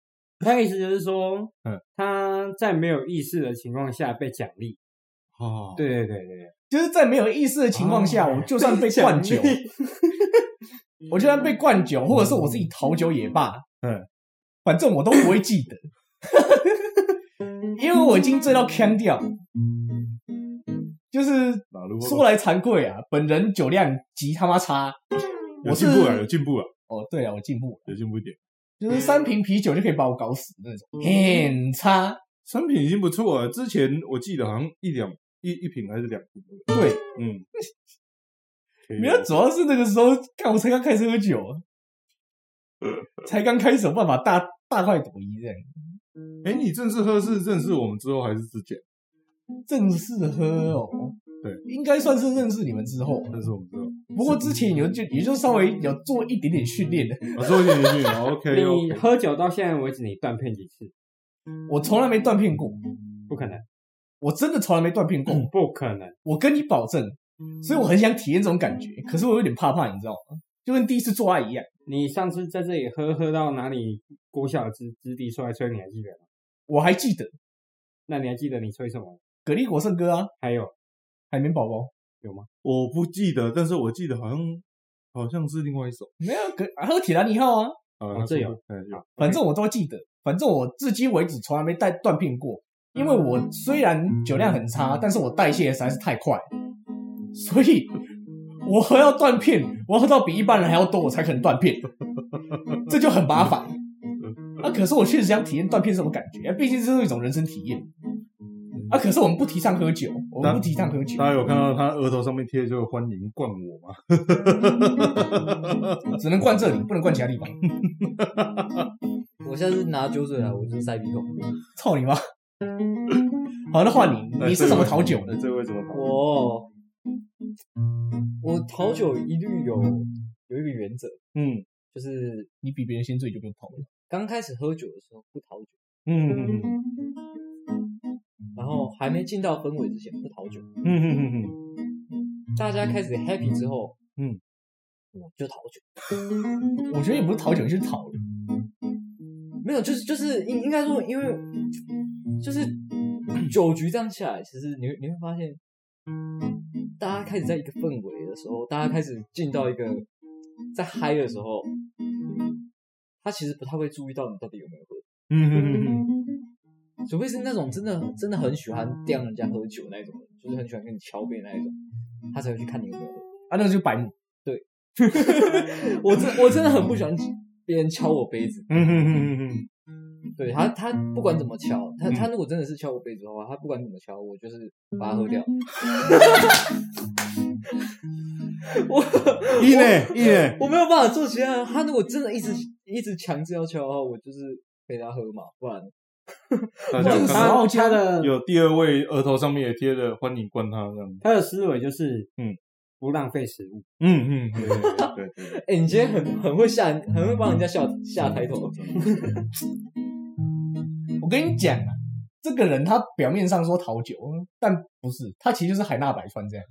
他的意思就是说，
嗯
他在没有意识的情况下被奖励。
啊
哦，
对对对对，
就是在没有意识的情况下，
哦
我就算被 灌酒，我就算被灌酒，或者是我自己讨酒也罢，
嗯，
反正我都不会记得，因为我已经醉到腔掉。就是
哪路
说来惭愧啊，本人酒量极他妈差。
有进步了，有进步了，
哦，对啊，我进步了，
有进步一点。
就是三瓶啤酒就可以把我搞死那种，很差。
商品已经不错了，之前我记得好像一两一一瓶还是两瓶，
对，
嗯，啊
没有，主要是那个时候，看我才刚开始喝酒啊，才刚开始有办法大大快朵颐这样。
哎，你正式喝是正式我们之后还是之前？
正式喝哦，
对，
应该算是认识你们之后，
正式我们之后，
不过之前有就也就稍微有做一点点训练的，
我哦说一点点，OK，
你喝酒到现在为止，你断片几次？
我从来没断片过，
不可能，
我真的从来没断片过，
不可能。
我跟你保证，所以我很想体验这种感觉，可是我有点怕怕，你知道吗？就跟第一次做爱一样，
你上次在这里喝喝到哪里？国小的子子弟出来吹，你还记得吗？
我还记得
那你还记得你吹什么？
蛤蜊果圣哥啊，
还有
海绵宝宝
有吗？
我不记得，但是我记得好像好像是另外一首
没有蛤，还有铁达尼号啊，
啊，
这有，
嗯有，
反正我都记得，反正我至今为止从来没带断片过，因为我虽然酒量很差，但是我代谢实在是太快了，所以我喝到断片，我要喝到比一般人还要多，我才可能断片，这就很麻烦。啊，可是我确实想体验断片是什么感觉，啊毕竟这是一种人生体验。啊，可是我们不提倡喝酒，我们不提倡喝酒，
大家有看到他额头上面贴就欢迎灌我吗？
只能灌这里，不能灌其他地方。
我现在是拿酒水来，我就是塞鼻孔。
操你妈！好，那换
哎
你，你是怎么讨酒
那
的？
这位怎么跑？
我我讨酒一律有有一个原则，
嗯
就是
你比别人先醉就不用讨了。
刚开始喝酒的时候不讨酒，
嗯嗯
然后还没进到氛围之前不讨酒，
嗯嗯嗯
大家开始 happy 之后，
嗯，
我就讨酒。
我觉得也不是讨酒，就是讨人。
没有，就是就是应应该说，因为就是酒局这样下来，其实你会你会发现，大家开始在一个氛围的时候，大家开始进到一个在嗨的时候，他其实不太会注意到你到底有没有喝，
嗯嗯嗯
除非是那种真的真的很喜欢吊人家喝酒那一种人，就是很喜欢跟你敲背那一种，他才会去看你有没有喝。
啊，那个就白目。
我真我真的很不喜欢别人敲我杯子，
嗯哼哼哼嗯哼，
对他他不管怎么敲，他他如果真的是敲我杯子的话，他不管怎么敲，我就是把它喝掉。我
一呢一呢，
我没有办法做其他的。他如果真的一直一直强制要敲的话，我就是陪他喝嘛，不然
大
这
家
个时
看
候
他
加
他
的
的
有第二位额头上面也贴了“欢迎灌他”这样，
他的思维就是，
嗯
嗯，不浪费食物。
嗯嗯，对对对对对，
哎、你今天很很会下，很会帮人家下下抬头。
嗯
我跟你讲啊，这个人他表面上说讨酒，但不是，他其实就是海纳百川这样。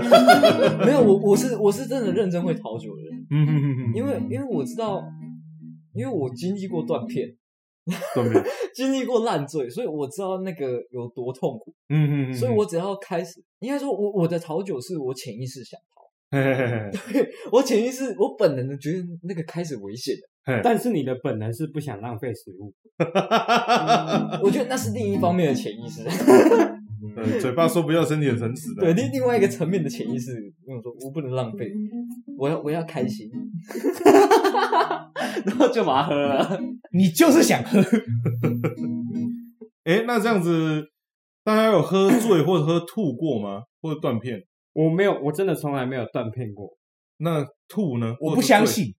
没有，我我是我是真的认真会讨酒的人，
嗯哼哼哼，
因为因为我知道，因为我经历过断片，
断片，
经历过烂醉，所以我知道那个有多痛苦。
嗯哼哼，
所以我只要开始，应该说我我的讨酒是我潜意识想讨，
嘿嘿嘿 嘿，
我潜意识我本能的觉得那个开始危险了，
但是你的本能是不想浪费食物，
我觉得那是另一方面的潜意识。啊
呃嘴巴说不要，身体很诚实 的，
对，另另外一个层面的潜意识跟我说，我不能浪费，我要我要开心，嗯 然后就把它喝了。
你就是想喝，
哎，那这样子，大家有喝醉或者喝吐过吗？或者断片？
我没有，我真的从来没有断片过。
那吐呢？
我
或
不
者
相
醉，
信。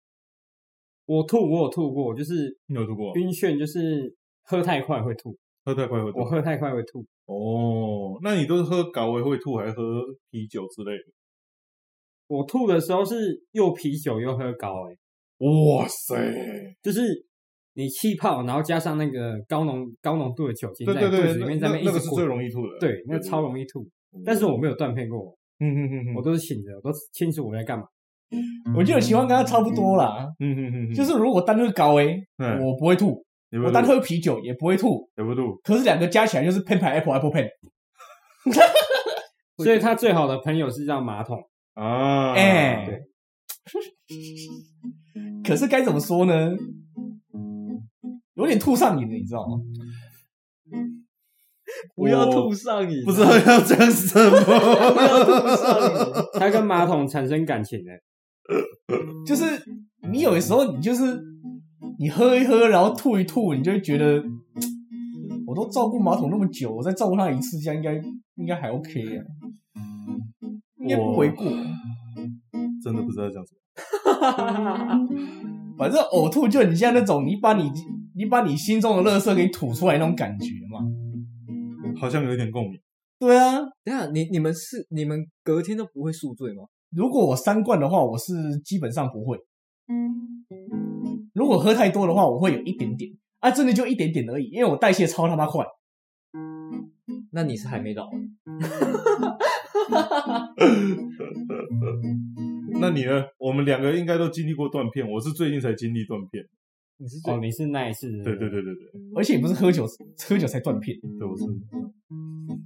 我吐，我有吐过，就是
你有吐过？
晕眩，就是喝太快会吐，
喝太快会
我
吐。
喝太快会吐。
哦，那你都是喝高维会吐，还是喝啤酒之类的？
我吐的时候是又啤酒又喝高、欸，
哇塞！
就是你气泡，然后加上那个高浓高浓度的酒精
对
在
对
肚子
对，
里
那
面在
那
边一
那个
直
是
滚，
最容嗯易吐的。
对，那超容易吐。
易
但是我没有断片过，
嗯嗯嗯嗯，
我都是醒着，我都清楚我在干嘛。
我觉得情况跟他差不多啦，
嗯嗯嗯嗯，
就是如果单喝高 A，
嗯
我不会吐；
有没
我
有
单
吐？
喝啤酒也不会吐。
有没有吐？
可是两个加起来就是 pen 牌 apple apple pen。
所以他最好的朋友是让马桶，
啊，
哎
对，
可是该怎么说呢？有点吐上瘾了，你知道吗？
不要
我
吐上瘾，
不知道要讲什
不要
么。
吐上瘾。
他跟马桶产生感 情的。
就是你有的时候你就是你喝一喝，然后吐一吐，你就会觉得，我都照顾马桶那么久，我再照顾他一次，这样应该应该还 OK 啊，应该不为过。
真的
嗯
不知道讲什么。
反正呕吐就很像那种你把你你把你心中的垃圾给吐出来那种感觉嘛。
嗯好像有一点共鸣。
对啊，
等一下，你你们是你们隔天都不会宿醉吗？
如果我三罐的话，我是基本上不会。如果喝太多的话，我会有一点点啊，真的就一点点而已，因为我代谢超他妈快。
那你是还没啊到，
那你呢？我们两个应该都经历过断片，我是最近才经历断片。
你是最
哦，你是那一次的，
对对对对对，
而且你不是喝酒喝酒才断片，
对我是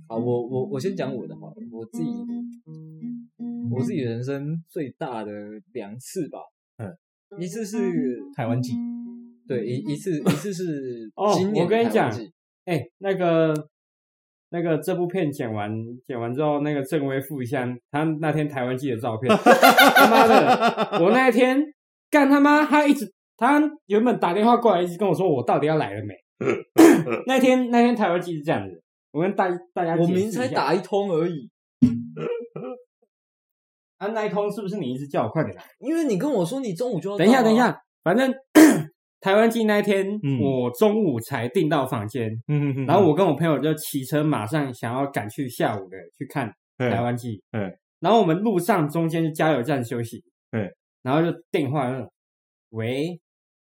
好，我我我先讲我的好了，我自己我自己人生最大的两次吧，嗯，一次是
台湾记。
对一一次一次是
哦
今年
我跟你
的台湾
讲
季
哎、那个那个这部片剪完剪完之后，那个郑微附一下他那天台湾记的照片。他妈的，我那一天干他妈，他一直他原本打电话过来，一直跟我说我到底要来了 没。那天那天台湾记是这样子，我跟大大家
我
解释
明才
一下
打一通而已，
啊，那一通是不是你一直叫我快点来？
因为你跟我说你中午就要
等一下
到啊
等一，下，反正 台湾记那一天、
嗯
我中午才订到房间，
嗯嗯嗯
然后我跟我朋友就骑车，马上想要赶去下午的去看台湾记。
嗯
然后我们路上中间加油站休息。
嗯
然后就电话那种，喂，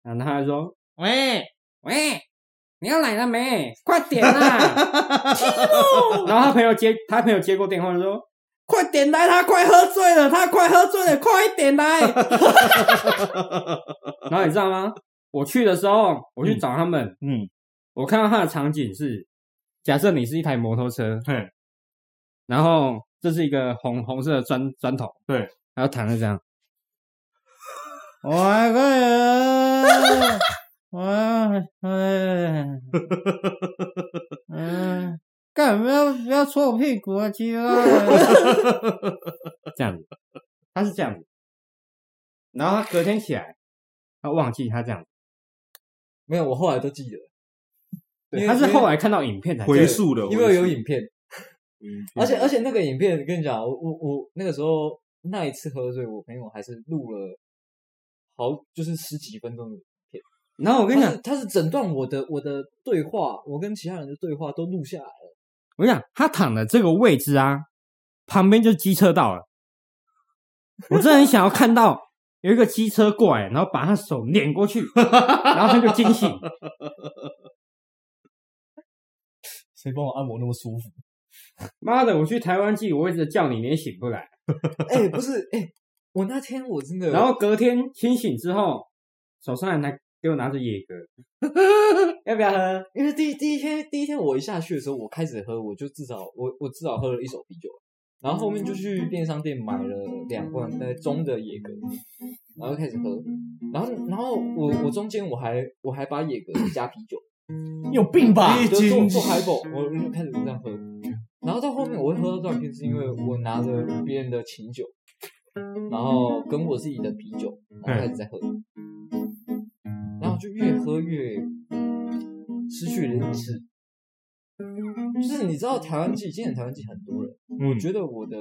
然后他就说，喂喂，你要来了没？快点啦！然后他朋友接他朋友接过电话就说，快点来，他快喝醉了，他快喝醉了，快点来！然后你知道吗？我去的时候，我去找他们，
嗯
我看到它的场景是，假设你是一台摩托车，
嘿，
然后这是一个红红色的砖砖头，
对，
然后躺着这 样，
我爱个人，
哎
我
嗯，嗯， 干不要不要戳我屁股啊，鸡巴，这样子，他是这样子，然后他隔天起来，他忘记他这样子，
没有，我后来都记得，因
对，
为
他是后来看到影片才
回溯的，
因为有
回溯
影片，而且而且那个影片，跟你讲，我我我那个时候那一次喝醉，我朋友还是录了好就是十几分钟的。
然后我
我
跟你讲，，
他是整段我的我的对话，我跟其他人的对话都录下来 了。
我跟你讲，他躺的这个位置啊，旁边就是机车道了。我真的很想要看到有一个机车过来，然后把他手碾过去，然后他就惊醒。
谁帮我按摩那么舒服？
妈的，我去台湾记，我一直叫你，你也醒不来。
哎、不是，哎、我那天我真的，
然后隔天清醒之后，手上还拿给我拿着野格，要不要喝？
因为第一第一天第一天我一下去的时候，我开始喝，我就至少我我至少喝了一手啤酒，然后后面就去便利商店买了两罐在中的野格，然后开始喝，然后然后我我中间我还我还把野格加啤酒，
你有病吧？
啊
你
哎就做
已经嗯
做 highball，我我就开始这样喝，然后到后面我会喝到断片，是因为我拿着别人的琴酒，然后跟我自己的啤酒，
嗯
然后开始在喝，然后就越喝越失去了理智。就是你知道台湾记，今年台湾记很多人，
嗯
我觉得我的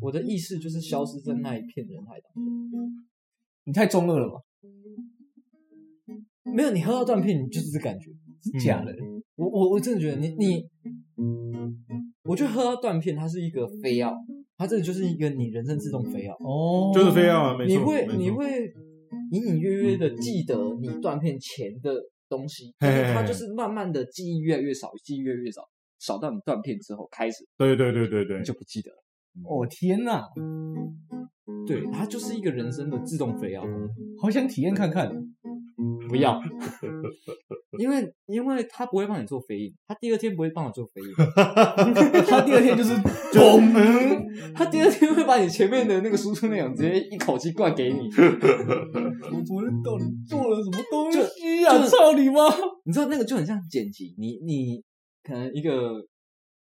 我的意识就是消失在那一片人海当中。
你太中二了吧？
没有，你喝到断片，你就是这感觉，是假的。
嗯
我我我真的觉得你你，我觉得喝到断片，它是一个非要，它真的就是一个你人生自动非要。
哦，
就是非要啊，没错，
你会
没错
你会隐隐约约的记得你断片前的东西，
嘿
但
嘿嘿
是它就是慢慢的记忆越来越少，记忆越来越少，少到你断片之后开始
对对对对对
你，就不记得了。
哦天哪，
对，它就是一个人生的自动非要功能。
好想体验看看。
不要，因为因为他不会帮你做飞影，他第二天不会帮我做飞影，
他第二天就是
就
他第二天会把你前面的那个输出内容直接一口气灌给 你。
我昨天到底做了什么东西
就
啊？
就
操你妈！
你知道那个就很像剪辑，你你可能一个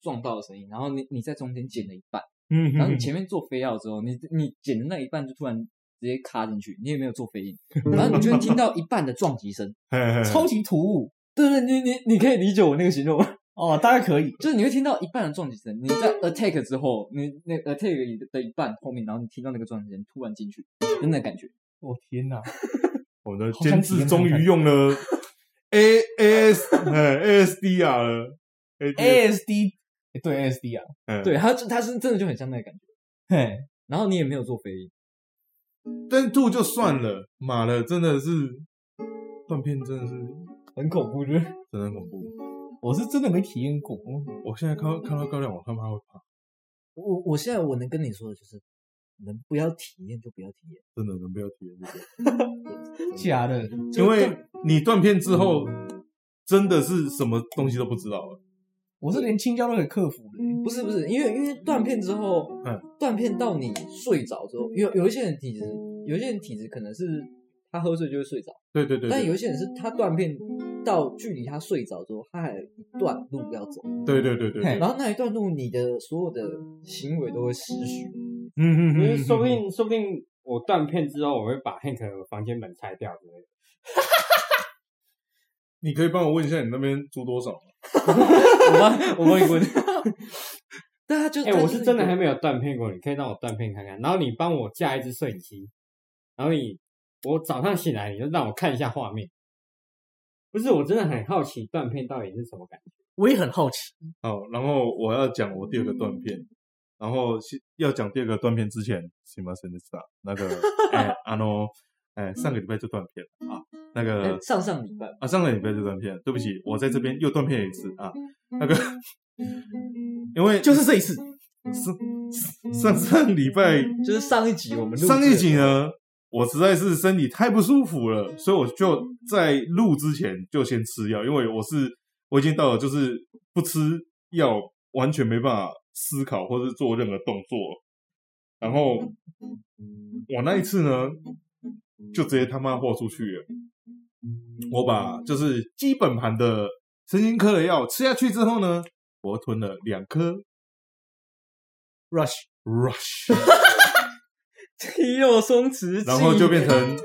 撞到的声音，然后你你在中间剪了一半，
嗯，
然后你前面做飞要之后，你你剪的那一半就突然直接卡进去，你也没有做飞影，然后你就会听到一半的撞击声。
面
超级突兀
对对，你你你可以理解我那个形容吗？
哦，大概可以。
就是你会听到一半的撞击声，你在 attack 之后，你那 attack 的一半后面，然后你听到那个撞击声突然进去，就那感觉。
我、哦 天哪！
我的
好
监
想体
制
验
终
看
于
看
用了 A A S 哎 A S D R 了 ASDR
ASD，、欸、对 ASD 啊，
嗯
对，它就它是真的就很像那个感觉。
嘿，
然后你也没有做飞鹰，
但吐就算了，妈的，真的是断片，真的是
很恐怖，就是
真的很恐怖。
我是真的没体验过。
我现在看到看到高粱，我他妈会怕，
我我现在我能跟你说的就是，能不要体验就不要体验，
真的能不要体验这个。
假的，
因为你断片之后，
嗯
真的是什么东西都不知道了。
我是连青椒都给克服了、
不是不是，因为因为断片之后，
嗯，
断片到你睡着之后，有有一些人体质，有一些人体质可能是他喝醉就会睡着，
对对对
但
对
有一些人是他断片到距离他睡着之后，他还有一段路要走，
对对对对对，
然后那一段路你的所有的行为都会失序，
嗯嗯嗯
因为
嗯，
说不定说不定我断片之后，我会把 Hank 的房间门拆掉之类的。
你可以帮我问一下你那边租多少吗？
我帮我帮你问，但他就
哎、我是真的还
没
没有断片过，你可以让我断片看看。然后你帮我架一只摄影机，然后你我早上醒来你就让我看一下画面。不是，我真的很好奇断片到底是什么感觉。
我也很好奇。
好，然后我要讲我第二个断
嗯
片，然后先要讲第二个断片之前，什么森的啊，那 个哎，阿诺，哎，上个礼拜就断片了啊，那个
嗯
哎上上礼拜吧
啊，上个礼拜就断片了，对不起，我在这边又断片了一次啊，那个， 因为
嗯就是这一次，
上上礼拜
就是上一集我们录制
上一集呢，我实在是身体太不舒服了，所以我就在录之前就先吃药，因为我是我已经到了就是不吃药完全没办法思考或是做任何动作了。然后我那一次呢，就直接他妈豁出去了。我把就是基本盘的神经科的药吃下去之后呢，我吞了两颗
Rush
rush，
肌肉松弛剂，
然后就变成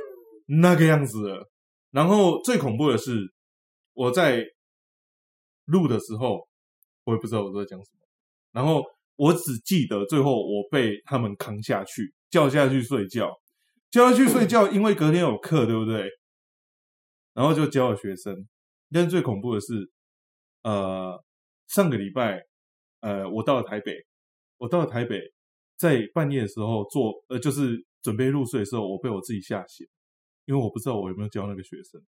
那个样子了。然后最恐怖的是，我在录的时候，我也不知道我在讲什么。然后我只记得最后我被他们扛下去，叫下去睡觉，叫下去睡觉，因为隔天有课，对不对？然后就教了学生。但是最恐怖的是，呃，上个礼拜，呃，我到了台北，我到了台北，在半夜的时候做，呃，就是准备入睡的时候，我被我自己吓醒，因为我不知道我有没有教那个学生，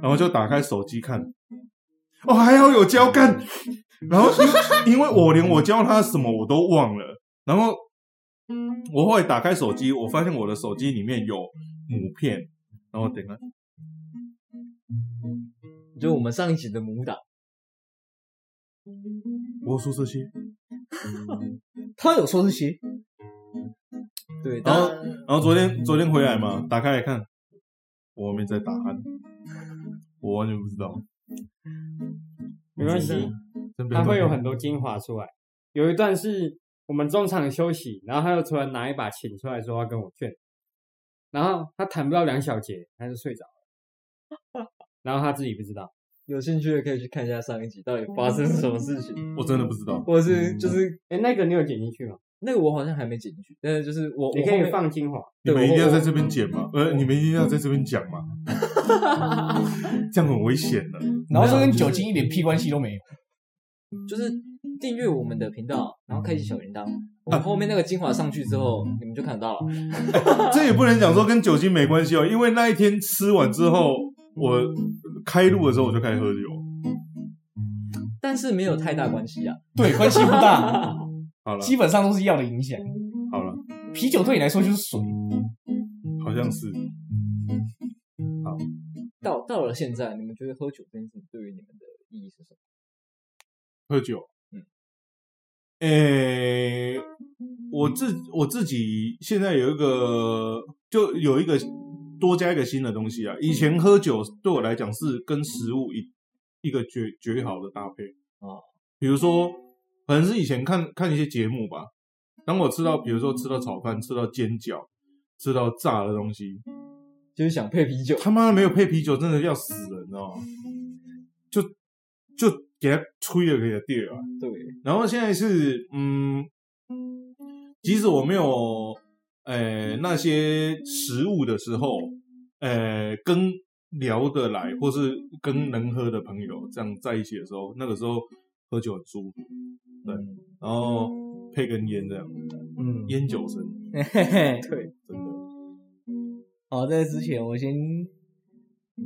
然后就打开手机看，哦，还好有教干，然后因为因为我连我教他什么我都忘了，然后我后来打开手机，我发现我的手机里面有母片，然后等一下
就我们上一集的母党，
我有说这些，
他有说这些，
对，
然后
当然
然后昨天昨天回来嘛，
嗯
打开来看，我没在打鼾，我完全不知道。
没关系，
真不要
它会有
乱
很多精华出来。有一段是我们中场休息，然后他又突然拿一把琴出来说要跟我劝，然后他弹不到两小节，他就睡着了，然后他自己不知道。
有兴趣的可以去看一下上一集到底发生什么事情，
我真的不知道。
或者是就是
哎，那个你有剪进去吗？
那个我好像还没剪进去，但是就是我
你
我
可
后
以
面
放精华，
你
对
们一定要
我
在这边剪嘛，呃，你们一定要在这边讲嘛，这样很危险的。
然后这跟酒精一点屁关系 都没有。
就是订阅我们的频道，然后开启小铃铛。我们后面那个精华上去之后，你们就看得到了。
这也不能讲说跟酒精没关系哦，因为那一天吃完之后，我开路的时候我就开始喝酒。
但是没有太大关系啊。
对，关系不 大，
好了，
基本上都是药的影响。
好了，
啤酒对你来说就是水，
好像是
到到了现在，你们觉得喝酒这件事情对于你们的意义是什么？
喝酒。
嗯
诶、我自我自己现在有一个，就有一个多加一个新的东西啊。以前喝酒对我来讲是跟食物一一个绝绝好的搭配
哦
比如说，可能是以前看看一些节目吧，当我吃到，比如说吃到炒饭，吃到煎饺，吃到炸的东西，
就是想配啤酒，
他妈的没有配啤酒，真的要死人，你知道吗？就就给他吹了，给他掉啊！
对，
然后现在是嗯，即使我没有呃那些食物的时候，呃，跟聊得来或是跟能喝的朋友这样在一起的时候，那个时候喝酒很舒服，对
嗯
然后配根烟这样，
嗯，
烟酒生
嘿嘿。
对，
真的。
好，在之前我先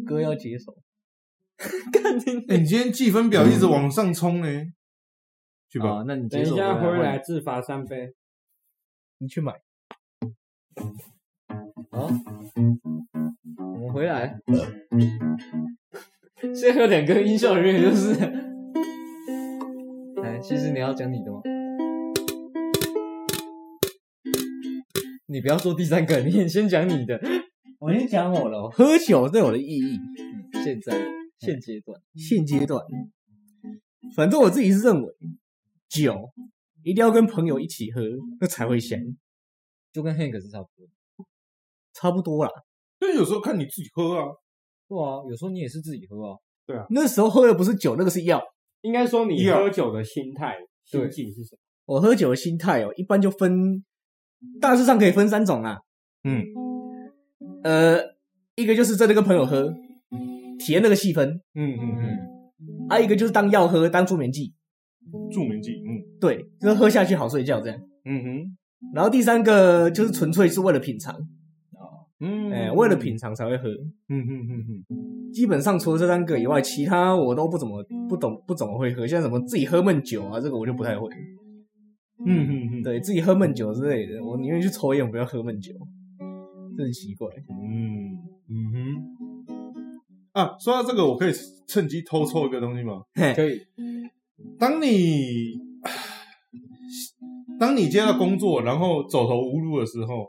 歌要解手，
哎、你今天计分表一直往上冲呢、去吧。
啊，那你
等
接
一
受
下
回
回来自罚三杯。
你去买。
啊，我们回来。 现在有两个音效人员就是， 哎，其实你要讲你的吗？你不要做第三 个，你先讲你的。
我先讲我了，喝酒对我的意义。
嗯现在现阶段，
现阶段，反正我自己是认为，酒一定要跟朋友一起喝，那才会香，
就跟 Hank 是差不多。
差不多啦。
但有时候看你自己喝啊，
对啊，有时候你也是自己喝啊。
那时候喝的不是酒，那个是药。
应该说你
Yeah
喝酒的心态、
对
心境是什么？
我喝酒的心态哦，一般就分，大致上可以分三种啦。
嗯，
呃，一个就是真的跟朋友喝，体验那个气氛；
嗯嗯
嗯，
还、有一个就是当药喝，当助眠剂。
嗯，助眠剂，嗯
对，就是喝下去好睡觉这样。
嗯哼，
然后第三个就是纯粹是为了品尝，
嗯，
哎、为了品尝才会喝。
嗯嗯嗯嗯，
基本上除了这三个以外，其他我都不怎么不懂不怎么会喝，像什么自己喝闷酒啊，这个我就不太会。
嗯嗯嗯，
对自己喝闷酒之类的，我宁愿去抽烟，我不要喝闷酒，这很奇怪。
嗯嗯哼。啊，说到这个，我可以趁机偷抽一个东西吗？
嘿
可以。
当你当你接到工作，然后走投无路的时候，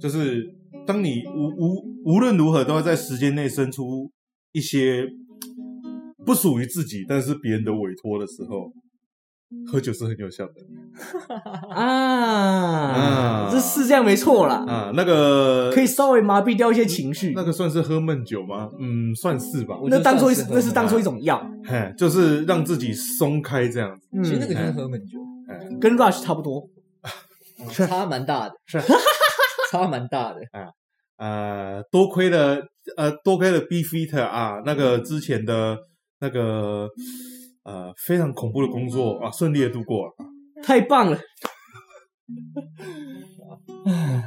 就是当你无无无论如何都要在时间内生出一些不属于自己，但是别人的委托的时候，喝酒是很有效的。
啊，
啊
这是这样没错啦，
啊，那个
可以稍微麻痹掉一些情绪。
那个算是喝闷酒吗？嗯，算是吧。
我觉
那
得
当做一
算喝
那是
闷
当做一
酒，
种药，
嘿，就是让自己松开这样子。
嗯
其实那个就是喝闷酒，
跟 rush 差不多。
嗯差蛮大的，
是
差蛮大的。
呃，多亏了呃，多亏了 B Fit 啊，那个之前的那个呃非常恐怖的工作啊，顺利的度过了。
太棒 了！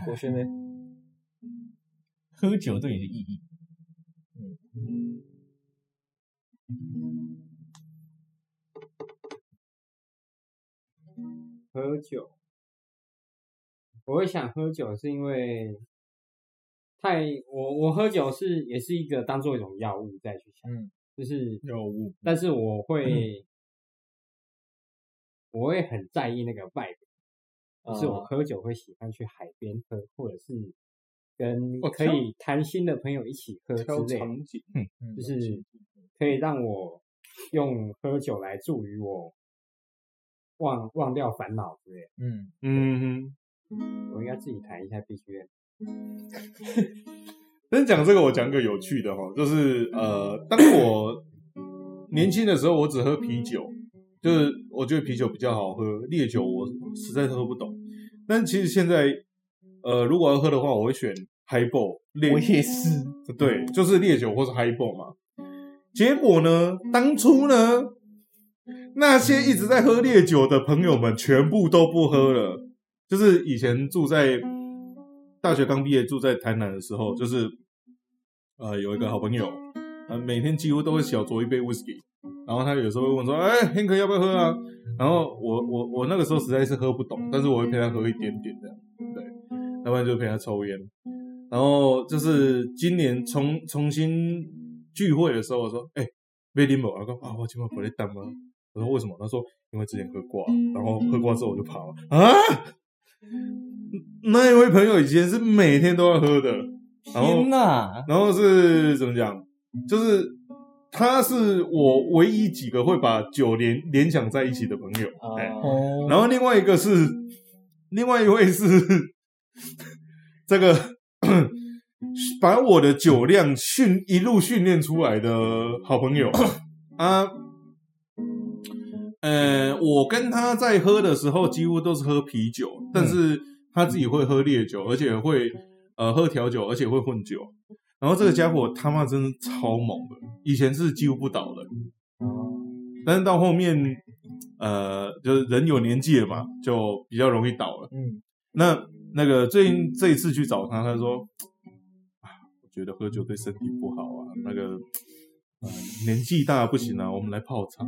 我现在
喝酒对你的意义。
喝酒，我会想喝酒是因为太我我喝酒是也是一个当做一种药物再去想，
嗯
就是
药物，
但是我
嗯
会、我会很在意那个外表，就是我
哦
喝酒会喜欢去海边喝，或者是跟
哦
可
挑
以谈心的朋友一起喝之类的，
景，
嗯
就是可以让我用喝酒来助于我忘忘掉烦恼之类的。
嗯，
嗯哼。
我应该自己谈一下 B G M。
但讲这个，我讲个有趣的哈，就是呃，
嗯
当我年轻的时候，我只喝啤酒，就是我觉得啤酒比较好喝，烈酒我实在是喝不懂。但其实现在，呃，如果要喝的话，我会选 Highball 烈
我也是，
对，就是烈酒或是 Highball 嘛。结果呢，当初呢，那些一直在喝烈酒的朋友们全部都不喝了。就是以前住在大学刚毕业住在台南的时候，就是呃有一
嗯
个好朋友，呃每天几乎都会小酌一杯 whisky，然后他有时候会问说：“哎、h e n k 要不要喝啊？”然后我我我那个时候实在是喝不懂，但是我会陪他喝一点点这样，对，要不然就陪他抽烟。然后就是今年重重新聚会的时候，我说：“哎、被林某，他说啊，我今晚不会淡吗？”我说：“为什么？”他说：“因为之前喝挂，然后喝挂之后我就跑了啊。”那一位朋友以前是每天都要喝的，然后
天
啊
哪！
然后是怎么讲？就是他是我唯一几个会把酒联联想在一起的朋友。哎、
哦，
哦，
然后另外一个是，另外一位是 这个 把我的酒量训一路训练出来的好朋友 啊。呃，我跟他在喝的时候，几乎都是喝啤酒，但是他自己会喝烈酒，而且会呃喝调酒，而且会混酒。然后这个家伙他妈真的超猛的，以前是几乎不倒的，但是到后面，呃，就是人有年纪了嘛，就比较容易倒了。
嗯，
那那个最近这一次去找他，他说，啊我觉得喝酒对身体不好啊，那个，呃，年纪大不行啊，我们来泡茶。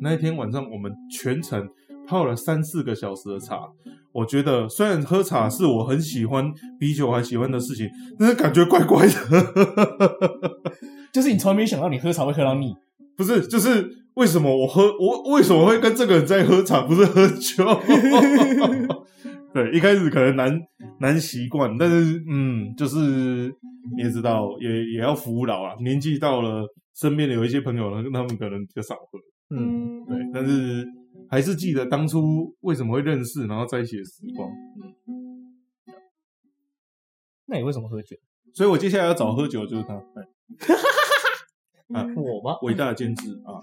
那一天晚上，我们全程泡了三四个小时的茶。我觉得虽然喝茶是我很喜欢，比酒还喜欢的事情，但是感觉怪怪的。
就是你从来没想到你喝茶会喝到腻，
不是，就是为什么我喝我为什么会跟这个人在喝茶，不是喝酒？对，一开始可能难难习惯，但是嗯，就是你也知道，也也要服老啊。年纪到了，身边的有一些朋友呢，他们可能比较少喝，
嗯，
对，但是还是记得当初为什么会认识，然后在一起的时光。
那你为什么喝酒？
所以我接下来要找喝酒就是他，对
我吗？
伟大的监制啊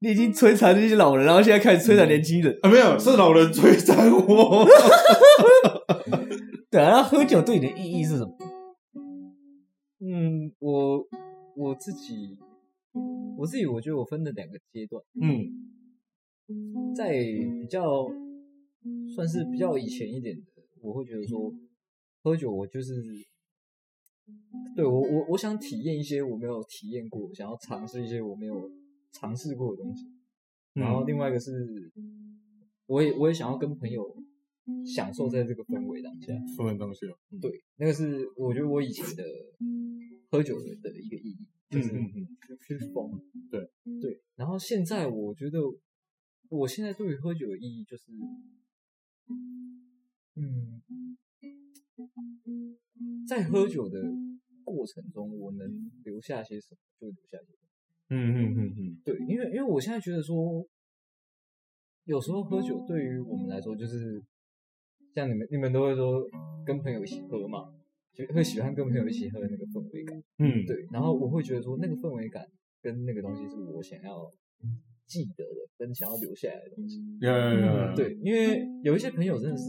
你已经摧残这些老人，然后现在开始摧残年轻人。
啊，没有，是老人摧残我。
对啊，那喝酒对你的意义是什么？
嗯，我我自己，我自己，我觉得我分了两个阶段，
嗯
在比较算是比较以前一点的，我会觉得说，喝酒我就是，对我我我想体验一些我没有体验过，想要尝试一些我没有尝试过的东西。然后另外一个是，我也我也想要跟朋友享受在这个氛围当下。
什么东西啊？
对，那个是我觉得我以前的喝酒的的一个意义，就是
嗯嗯嗯
去去疯。
对
对，然后现在我觉得，我现在对于喝酒的意义就是，嗯，在喝酒的过程中，我能留下些什么就留下些什么。
嗯嗯嗯嗯，
对，因为因为我现在觉得说，有时候喝酒对于我们来说就是像你们你们都会说跟朋友一起喝嘛，就会喜欢跟朋友一起喝的那个氛围感。
嗯，
对，然后我会觉得说那个氛围感跟那个东西是我想要记得的，跟想要留下来的东西。
有有有，有，
嗯对，因为有一些朋友真的是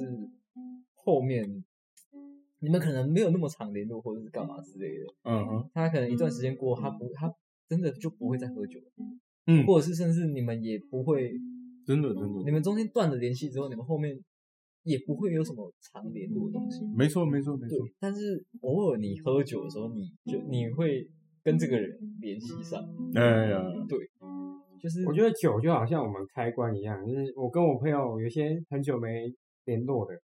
后面你们可能没有那么常联络，或者是干嘛之类的，
嗯哼，
他可能一段时间过后，他不他真的就不会再喝酒了，
嗯
或者是甚至你们也不会，
真的真
你
的，
们中间断了联系之后，你们后面也不会有什么常联络的东西。
没错没错没
对
错，，
但是偶尔你喝酒的时候，你就你会跟这个人联系上，
哎呀，
就是
我觉得酒就好像我们开关一样，就是我跟我朋友有些很久没联络的，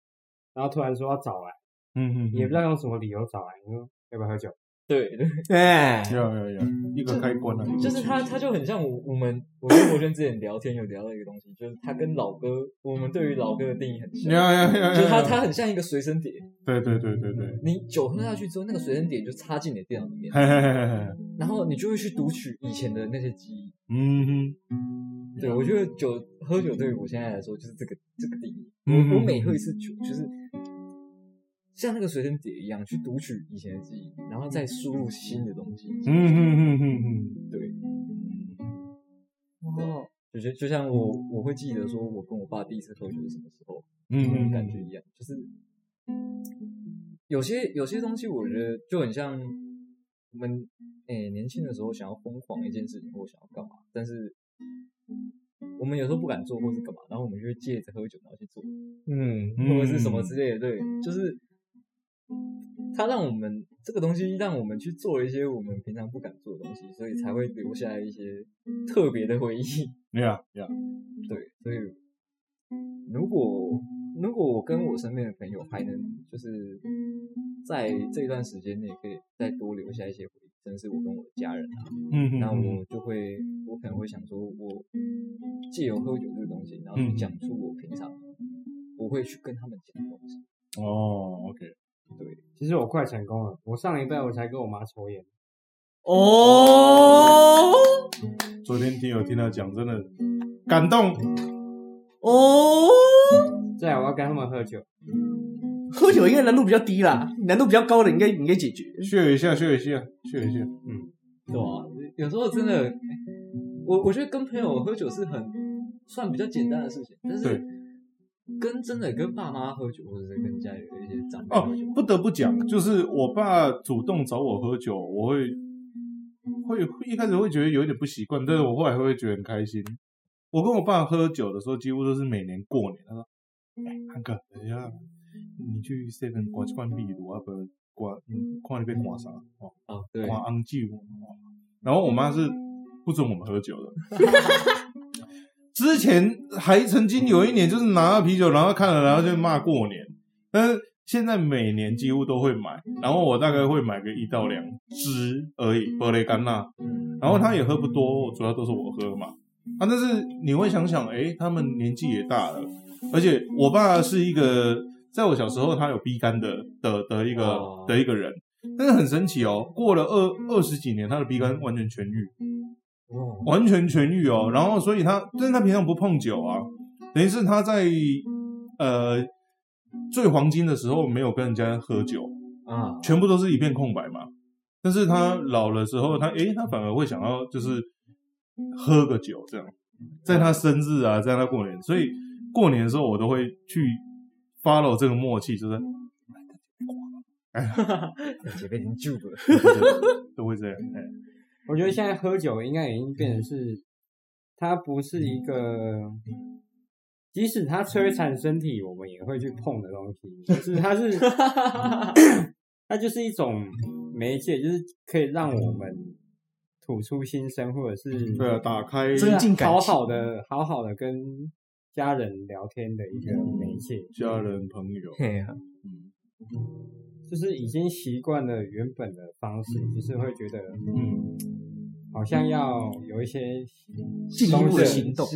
然后突然说要找来，
嗯嗯，
也不知道用什么理由找来，你说要不要喝酒？
对对，
嗯
哎，
有有有，一个开关啊，一个
就是他，他就很像我我们我跟博轩之前聊天有聊到一个东西，就是他跟老歌，我们对于老歌的定义很
有
像，
有有有，
就是他
有
他，很像一个随身碟，
对对对对对，
你酒喝下去之后，那个随身碟就插进你的电脑里面，
嘿嘿嘿嘿嘿，
然后你就会去读取以前的那些记忆。
嗯哼，
对，我觉得酒喝酒对于我现在来说就是这个这个定义。我、
嗯
我每喝一次酒，就是像那个随身碟一样去读取以前的记忆，然后再输入新的东西。
嗯哼哼哼哼，
对。哦，嗯就是就像我我会记得说，我跟我爸第一次喝酒是什么时候，
嗯
那种
哼，
感觉一样，就是有些有些东西，我觉得就很像我们诶、年轻的时候想要疯狂一件事情或想要干嘛，但是我们有时候不敢做或是干嘛，然后我们就会借着喝酒然后去做，
嗯，
嗯
或者是什么之类的，对，就是它让我们这个东西让我们去做一些我们平常不敢做的东西，所以才会留下一些特别的回忆。
呀呀，
对，所以如果如果我跟我身边的朋友还能就是在这段时间内可以再多留下一些回忆，甚至是我跟我的家人啊，
嗯哼，
那我就会我可能会想说，我借由喝酒这个东西，然后去
嗯
讲出我平常不会去跟他们讲的东西。
哦，OK，
其实我快成功了，我上礼拜我才跟我妈抽烟，
哦
昨天听有听他讲，真的感动，
哦，
再来我要跟他们喝酒，
喝酒应该难度比较低啦，难度比较高的应该应该解决。
炫一下炫一下炫一下，嗯
对啊，有时候真的，我我觉得跟朋友喝酒是很算比较简单的事情，但
对
是跟真的跟爸妈喝酒，或者是跟家里的一些长辈
哦
喝酒，，
不得不讲，就是我爸主动找我喝酒，我会会会一开始会觉得有一点不习惯，但是我后来会觉得很开心。我跟我爸喝酒的时候，几乎都是每年过年，他说：“哎、汉哥，等一下，你去 seven 刮一罐秘鲁，啊不刮，嗯，看你被刮啥哦，
哦，对，
刮昂酒。哦”然后我妈是不准我们喝酒的。之前还曾经有一年，就是拿了啤酒，然后看了，然后就骂过年。但是现在每年几乎都会买，然后我大概会买个一到两支而已，伯雷甘纳。然后他也喝不多，主要都是我喝嘛。啊，但是你会想想，诶，他们年纪也大了，而且我爸是一个在我小时候他有逼肝的的的一个、
哦
的一个人，但是很神奇哦，过了二二十几年，他的逼肝完全痊愈。
哦，
完全痊愈哦。然后，所以他，但是他平常不碰酒啊，等于是他在呃最黄金的时候没有跟人家喝酒，
啊，
全部都是一片空白嘛。但是他老了之后，他诶，他反而会想要就是喝个酒这样，在他生日啊，在他过年，所以过年的时候我都会去 follow 这个默契， 就是
姐被你救了，
都会这样。哎，
我觉得现在喝酒应该已经变成是，它不是一个，即使它摧残身体，我们也会去碰的东西，就是它是，它就是一种媒介，就是可以让我们吐出心声，或者是
对啊，打开
增进感情
好好的好好的跟家人聊天的一个媒介，
家人朋友，嗯
嘿呀，
就是已经习惯了原本的方式，就是会觉得
嗯，
好像要有一些
进一步的
东西
行动，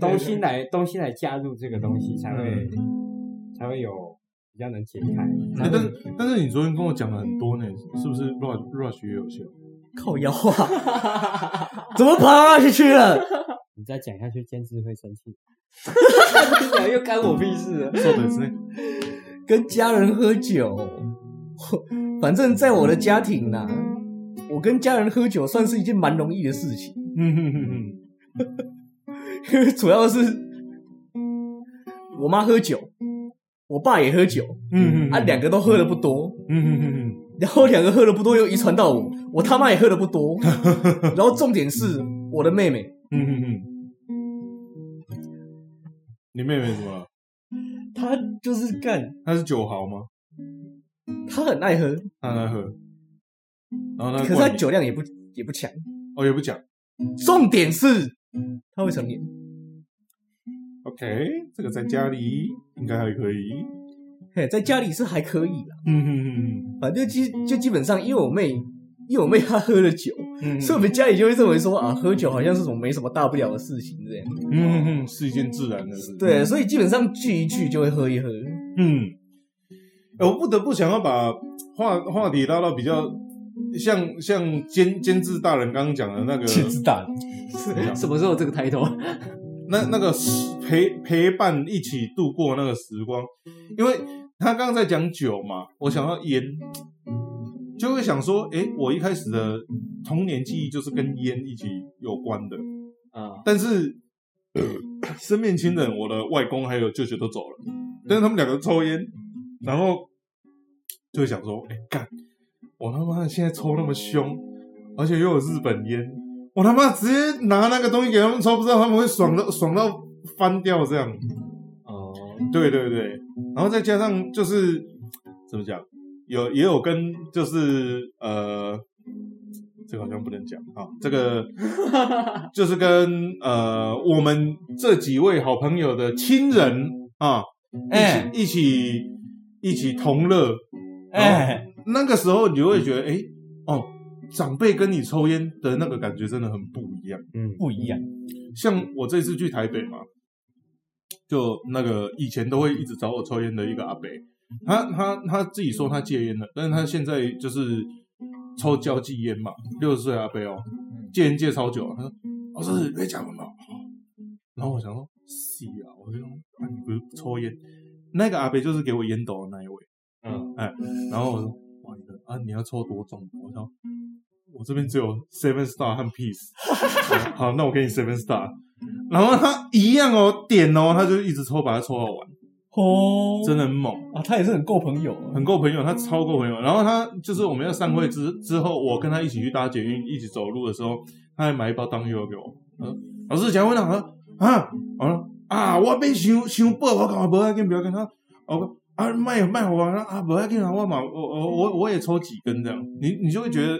东西来东西来加入这个东西，才会、才会有比较能解开。
哎但是但是你昨天跟我讲了很多呢，是不是 rush rush 也有效？
靠腰啊， 怎么爬下去了？
你再讲下去，监制会生气。
又干我屁事了。
そうですね。
跟家人喝酒，反正在我的家庭呐、我跟家人喝酒算是一件蛮容易的事情，
嗯哼哼哼，
因为主要是我妈喝酒，我爸也喝酒，
嗯哼，
啊，两
个，
个都喝的不多，
嗯哼哼哼，
然后两个喝的不多又遗传到我，我他妈也喝的不多，然后重点是我的妹妹，
嗯哼哼，你妹妹怎么了？
她就是干，
她是酒豪吗？
她很爱喝，
她来喝，然后她
可是她
灌你
酒量也不也不强，
哦也不讲
重点是她会成瘾。
，OK，这个在家里应该还可以，
嘿，在家里是还可以啦，
嗯哼哼
反正基就基本上，因为我妹，因为我妹她喝了酒，
哼嗯，
所以我们家里就会认为说啊，喝酒好像是什么没什么大不了的事情这样。
嗯哼哼是一件自然的事，
对，所以基本上聚一聚就会喝一喝。
嗯，呃我不得不想要把话话题拉到比较像像监监制大人刚刚讲的那个
气质大人，
什么时候有这个抬头？
那那个时陪陪伴一起度过那个时光，因为他刚刚在讲酒嘛，我想到烟，就会想说，诶，我一开始的童年记忆就是跟烟一起有关的，
啊，
但是、身边亲人，我的外公还有舅舅都走了，但是他们两个抽烟，然后就会想说，哎、干，我他妈的现在抽那么凶，而且又有日本烟，我他妈直接拿那个东西给他们抽，不知道他们会爽到爽到翻掉这样。
哦，
对对对，然后再加上就是怎么讲，有也有跟就是呃，这个好像不能讲啊，这个就是跟呃我们这几位好朋友的亲人啊，
哎
一起一起一起同乐，
哎，
那个时候你就会觉得哎哦，长辈跟你抽烟的那个感觉真的很不一样。
嗯，
不一样，
像我这次去台北嘛，就那个以前都会一直找我抽烟的一个阿北，他他他自己说他戒烟了，但是他现在就是抽交际烟嘛，六十岁阿北哦，戒烟戒超久，他说老师别讲了嘛，然后我想说是啊，我就说啊你不是不抽烟，那个阿北就是给我烟斗的那一位，
嗯，
哎，然后我说哇你的啊你要抽多重？我说我这边只有 Seven Star 和 Peace，我说 好那我给你 Seven Star。然后他一样哦，点哦，他就一直抽，把它抽到完，
哦，
真的很猛，
啊，他也是很够朋友啊，
很够朋友，他超够朋友。然后他就是我们要散会之之后，我跟他一起去搭捷运，一起走路的时候，他还买一包当油给我。他说：“老师，请问啊，啊，我说啊，我被想想报，我讲无要紧，不要紧。”他哦啊，卖卖我啊，啊，不要紧啊，我嘛，我我我我也抽几根这样，你你就会觉得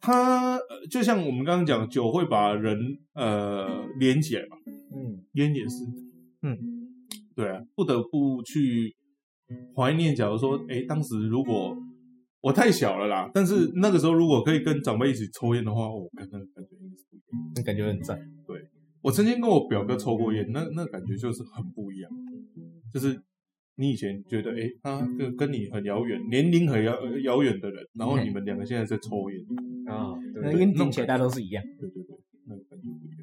他呃就像我们刚刚讲，酒会把人呃连起来嘛，
嗯，
烟也是，嗯，对啊，不得不去怀念。假如说，诶，当时如果我太小了啦，但是那个时候如果可以跟长辈一起抽烟的话，我感那个感觉应该是不一样。
感觉很赞，
我曾经跟我表哥抽过烟，那那感觉就是很不一样，就是你以前觉得，诶，他跟跟你很遥远，年龄很遥遥远的人，然后你们两个现在在抽烟，
啊，
那
对，
烟顶起来大家都是一样。
对对对，那个感觉不一样。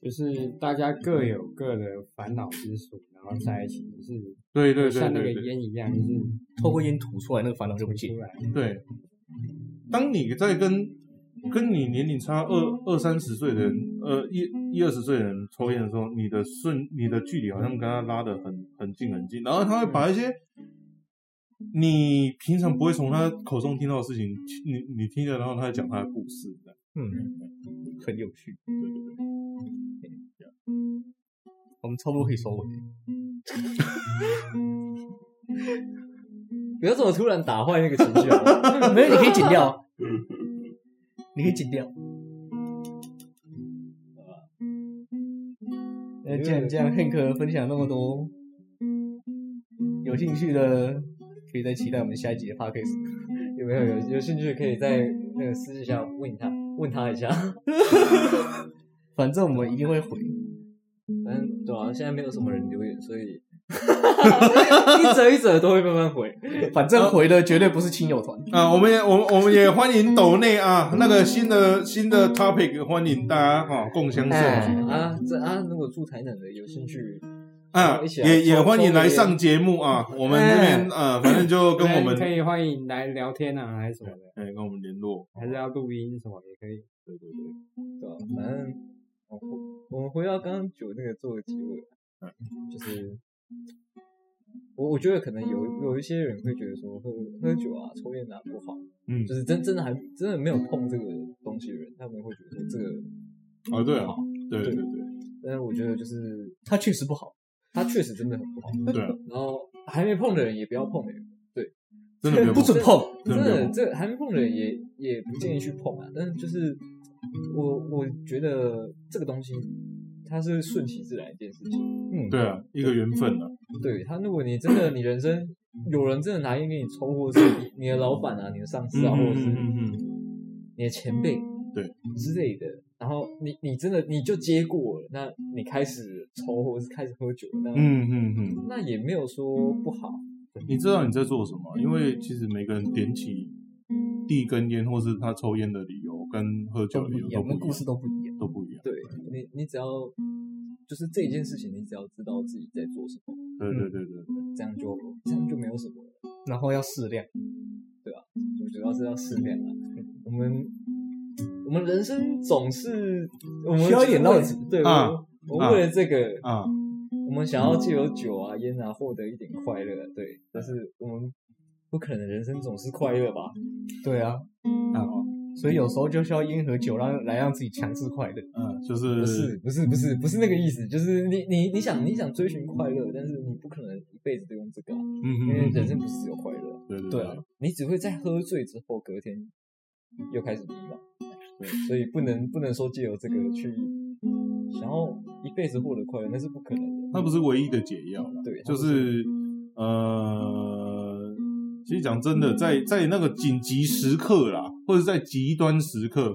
就是大家各有各的烦恼之处，然后在一起，就是
对对对
像那
对
个
对。
烟一样，就是
透过烟吐出来那个烦恼就不见
出来。
对，当你在跟跟你年龄差二二三十岁的人，呃一一二十岁的人抽烟的时候，你的瞬你的距离好像跟他拉得很很近很近，然后他会把一些你平常不会从他口中听到的事情，你你听着，然后他在讲他的故事，这样
嗯
很有趣。对对对，我们差不多可以收尾。
不要这么突然打坏那个情绪好吗
没有，你可以剪掉，
嗯
你可以剪掉。那既然这样，Hank 分享那么多，有兴趣的可以再期待我们下一集的 Podcast。
有没有有有兴趣可以在那个私底下问他问他一下，
反正我们一定 会回，
反正对啊，现在没有什么人留言，所以 一则一则都会慢慢回。
反正回的绝对不是亲友团。
啊，我们也我们我们也欢迎抖内啊，那个新的新的
哎
topic，欢迎大家哈、共享受。
啊，这啊，如果住台南的有兴趣，
啊
一起，来
也也
抽
欢迎
抽个
来
烟
上节目啊！我们这
哎
边呃，反正就跟我们
可以欢迎来聊天啊，还是什么的，
哎跟我们联络，
还是要录音什么也可以。
对对对，
对啊
嗯
反正我回我们回到刚刚酒那个做的结尾，啊
嗯
就是我我觉得可能有有一些人会觉得说喝喝酒啊、抽烟啊不好，
嗯
就是真真的还真的没有碰这个东西的人，他们会觉得这个
啊对
不
啊
好，，
对对对
但是我觉得就是
它确实不好，
它确实真的很不好，
对啊，
然后还没碰的人也不要碰欸
真的
不
不
准碰，
真
真
的没有
的，这还没碰的人
嗯
也也不建议去碰啊。但是就是我我觉得这个东西它是顺其自然一件事情。
嗯，
对啊，一个缘分啊，
对他，它如果你真的你人生有人真的拿烟给你抽，或者是你你的老板啊、你的上司啊，或者是
嗯嗯，
你的前辈
对
之类的，然后你你真的你就接过了，那你开始抽或者是开始喝酒，那、
嗯嗯嗯，
那也没有说不好。
你知道你在做什么？因为其实每个人点起第一根烟或是他抽烟的理由跟喝酒
都
的
不一
理由
样，
都
我
不
们
一
故
样
事，都不一样。
都不一样，
对你你只要就是这一件事情，你只要知道自己在做什么。
对对对对，
这样就这样就没有什么了。
然后要适量，
我主要是要适量啊。我们我们人生总是我们
需要一点乐
浪
子
子，对，
啊
我我为了这个，
啊，
我们想要借由酒啊、烟啊获得一点快乐，对。但是我们不可能人生总是快乐吧？
对啊，
嗯
啊，所以有时候就需要烟和酒让来让自己强制快乐。
嗯，就
不
是
是，不是，不是，不是那个意思。就是你你你想你想追寻快乐，但是你不可能一辈子都用这个啊、
嗯
因
嗯
为
嗯，
人生不是只有快乐啊、
对对
对啊，
你只会在喝醉之后隔天又开始迷茫，对，所以不能不能说借由这个去想要一辈子获得快乐，那是不可能的。
它不是唯一的解药啦，
对，啊它
就
不
是呃，其实讲真的，在在那个紧急时刻啦，或者在极端时刻，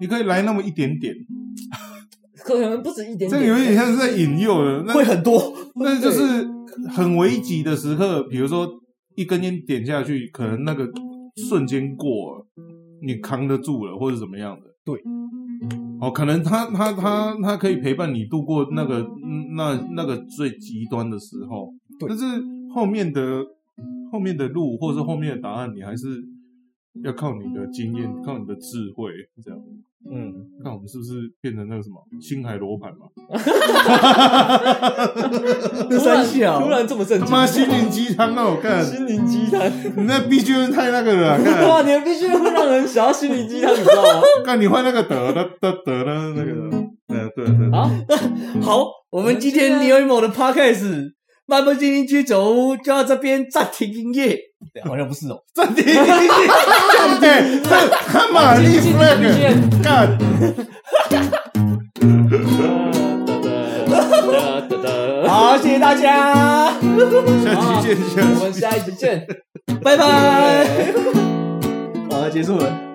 你可以来那么一点点，
可能不止一点点，
这个有点像是在引诱了，那
会很多。
那就是很危急的时刻，比如说一根烟点下去，可能那个瞬间过了，你扛得住了，或者怎么样的。
对，
哦，可能他他他他可以陪伴你度过那个嗯那那个最极端的时候，
对
但是后面的后面的路或者后面的答案，你还是要靠你的经验，靠你的智慧这样。
嗯，
看我们是不是变成那个什么星海罗盘嘛？
突
那
然
三小
突然这么震
他
惊，
妈心灵鸡汤啊！我看
心灵鸡汤，
你那 BGM 太那个了啊，
哇，你们必须会让人想要心灵鸡汤，你知道吗？
看，看你换那个得得得得呢那个，嗯，对对对，
啊，
好，我们今天
我们
New Emo 的 Podcast《漫步精灵居酒屋》就到这边暂停营业。
对好像不是哦，
暂停，对，这他妈立
啊
flag，干，
好，谢谢大家，
下期见，下期
我
见
们。下一集见。
拜拜。好，结束了。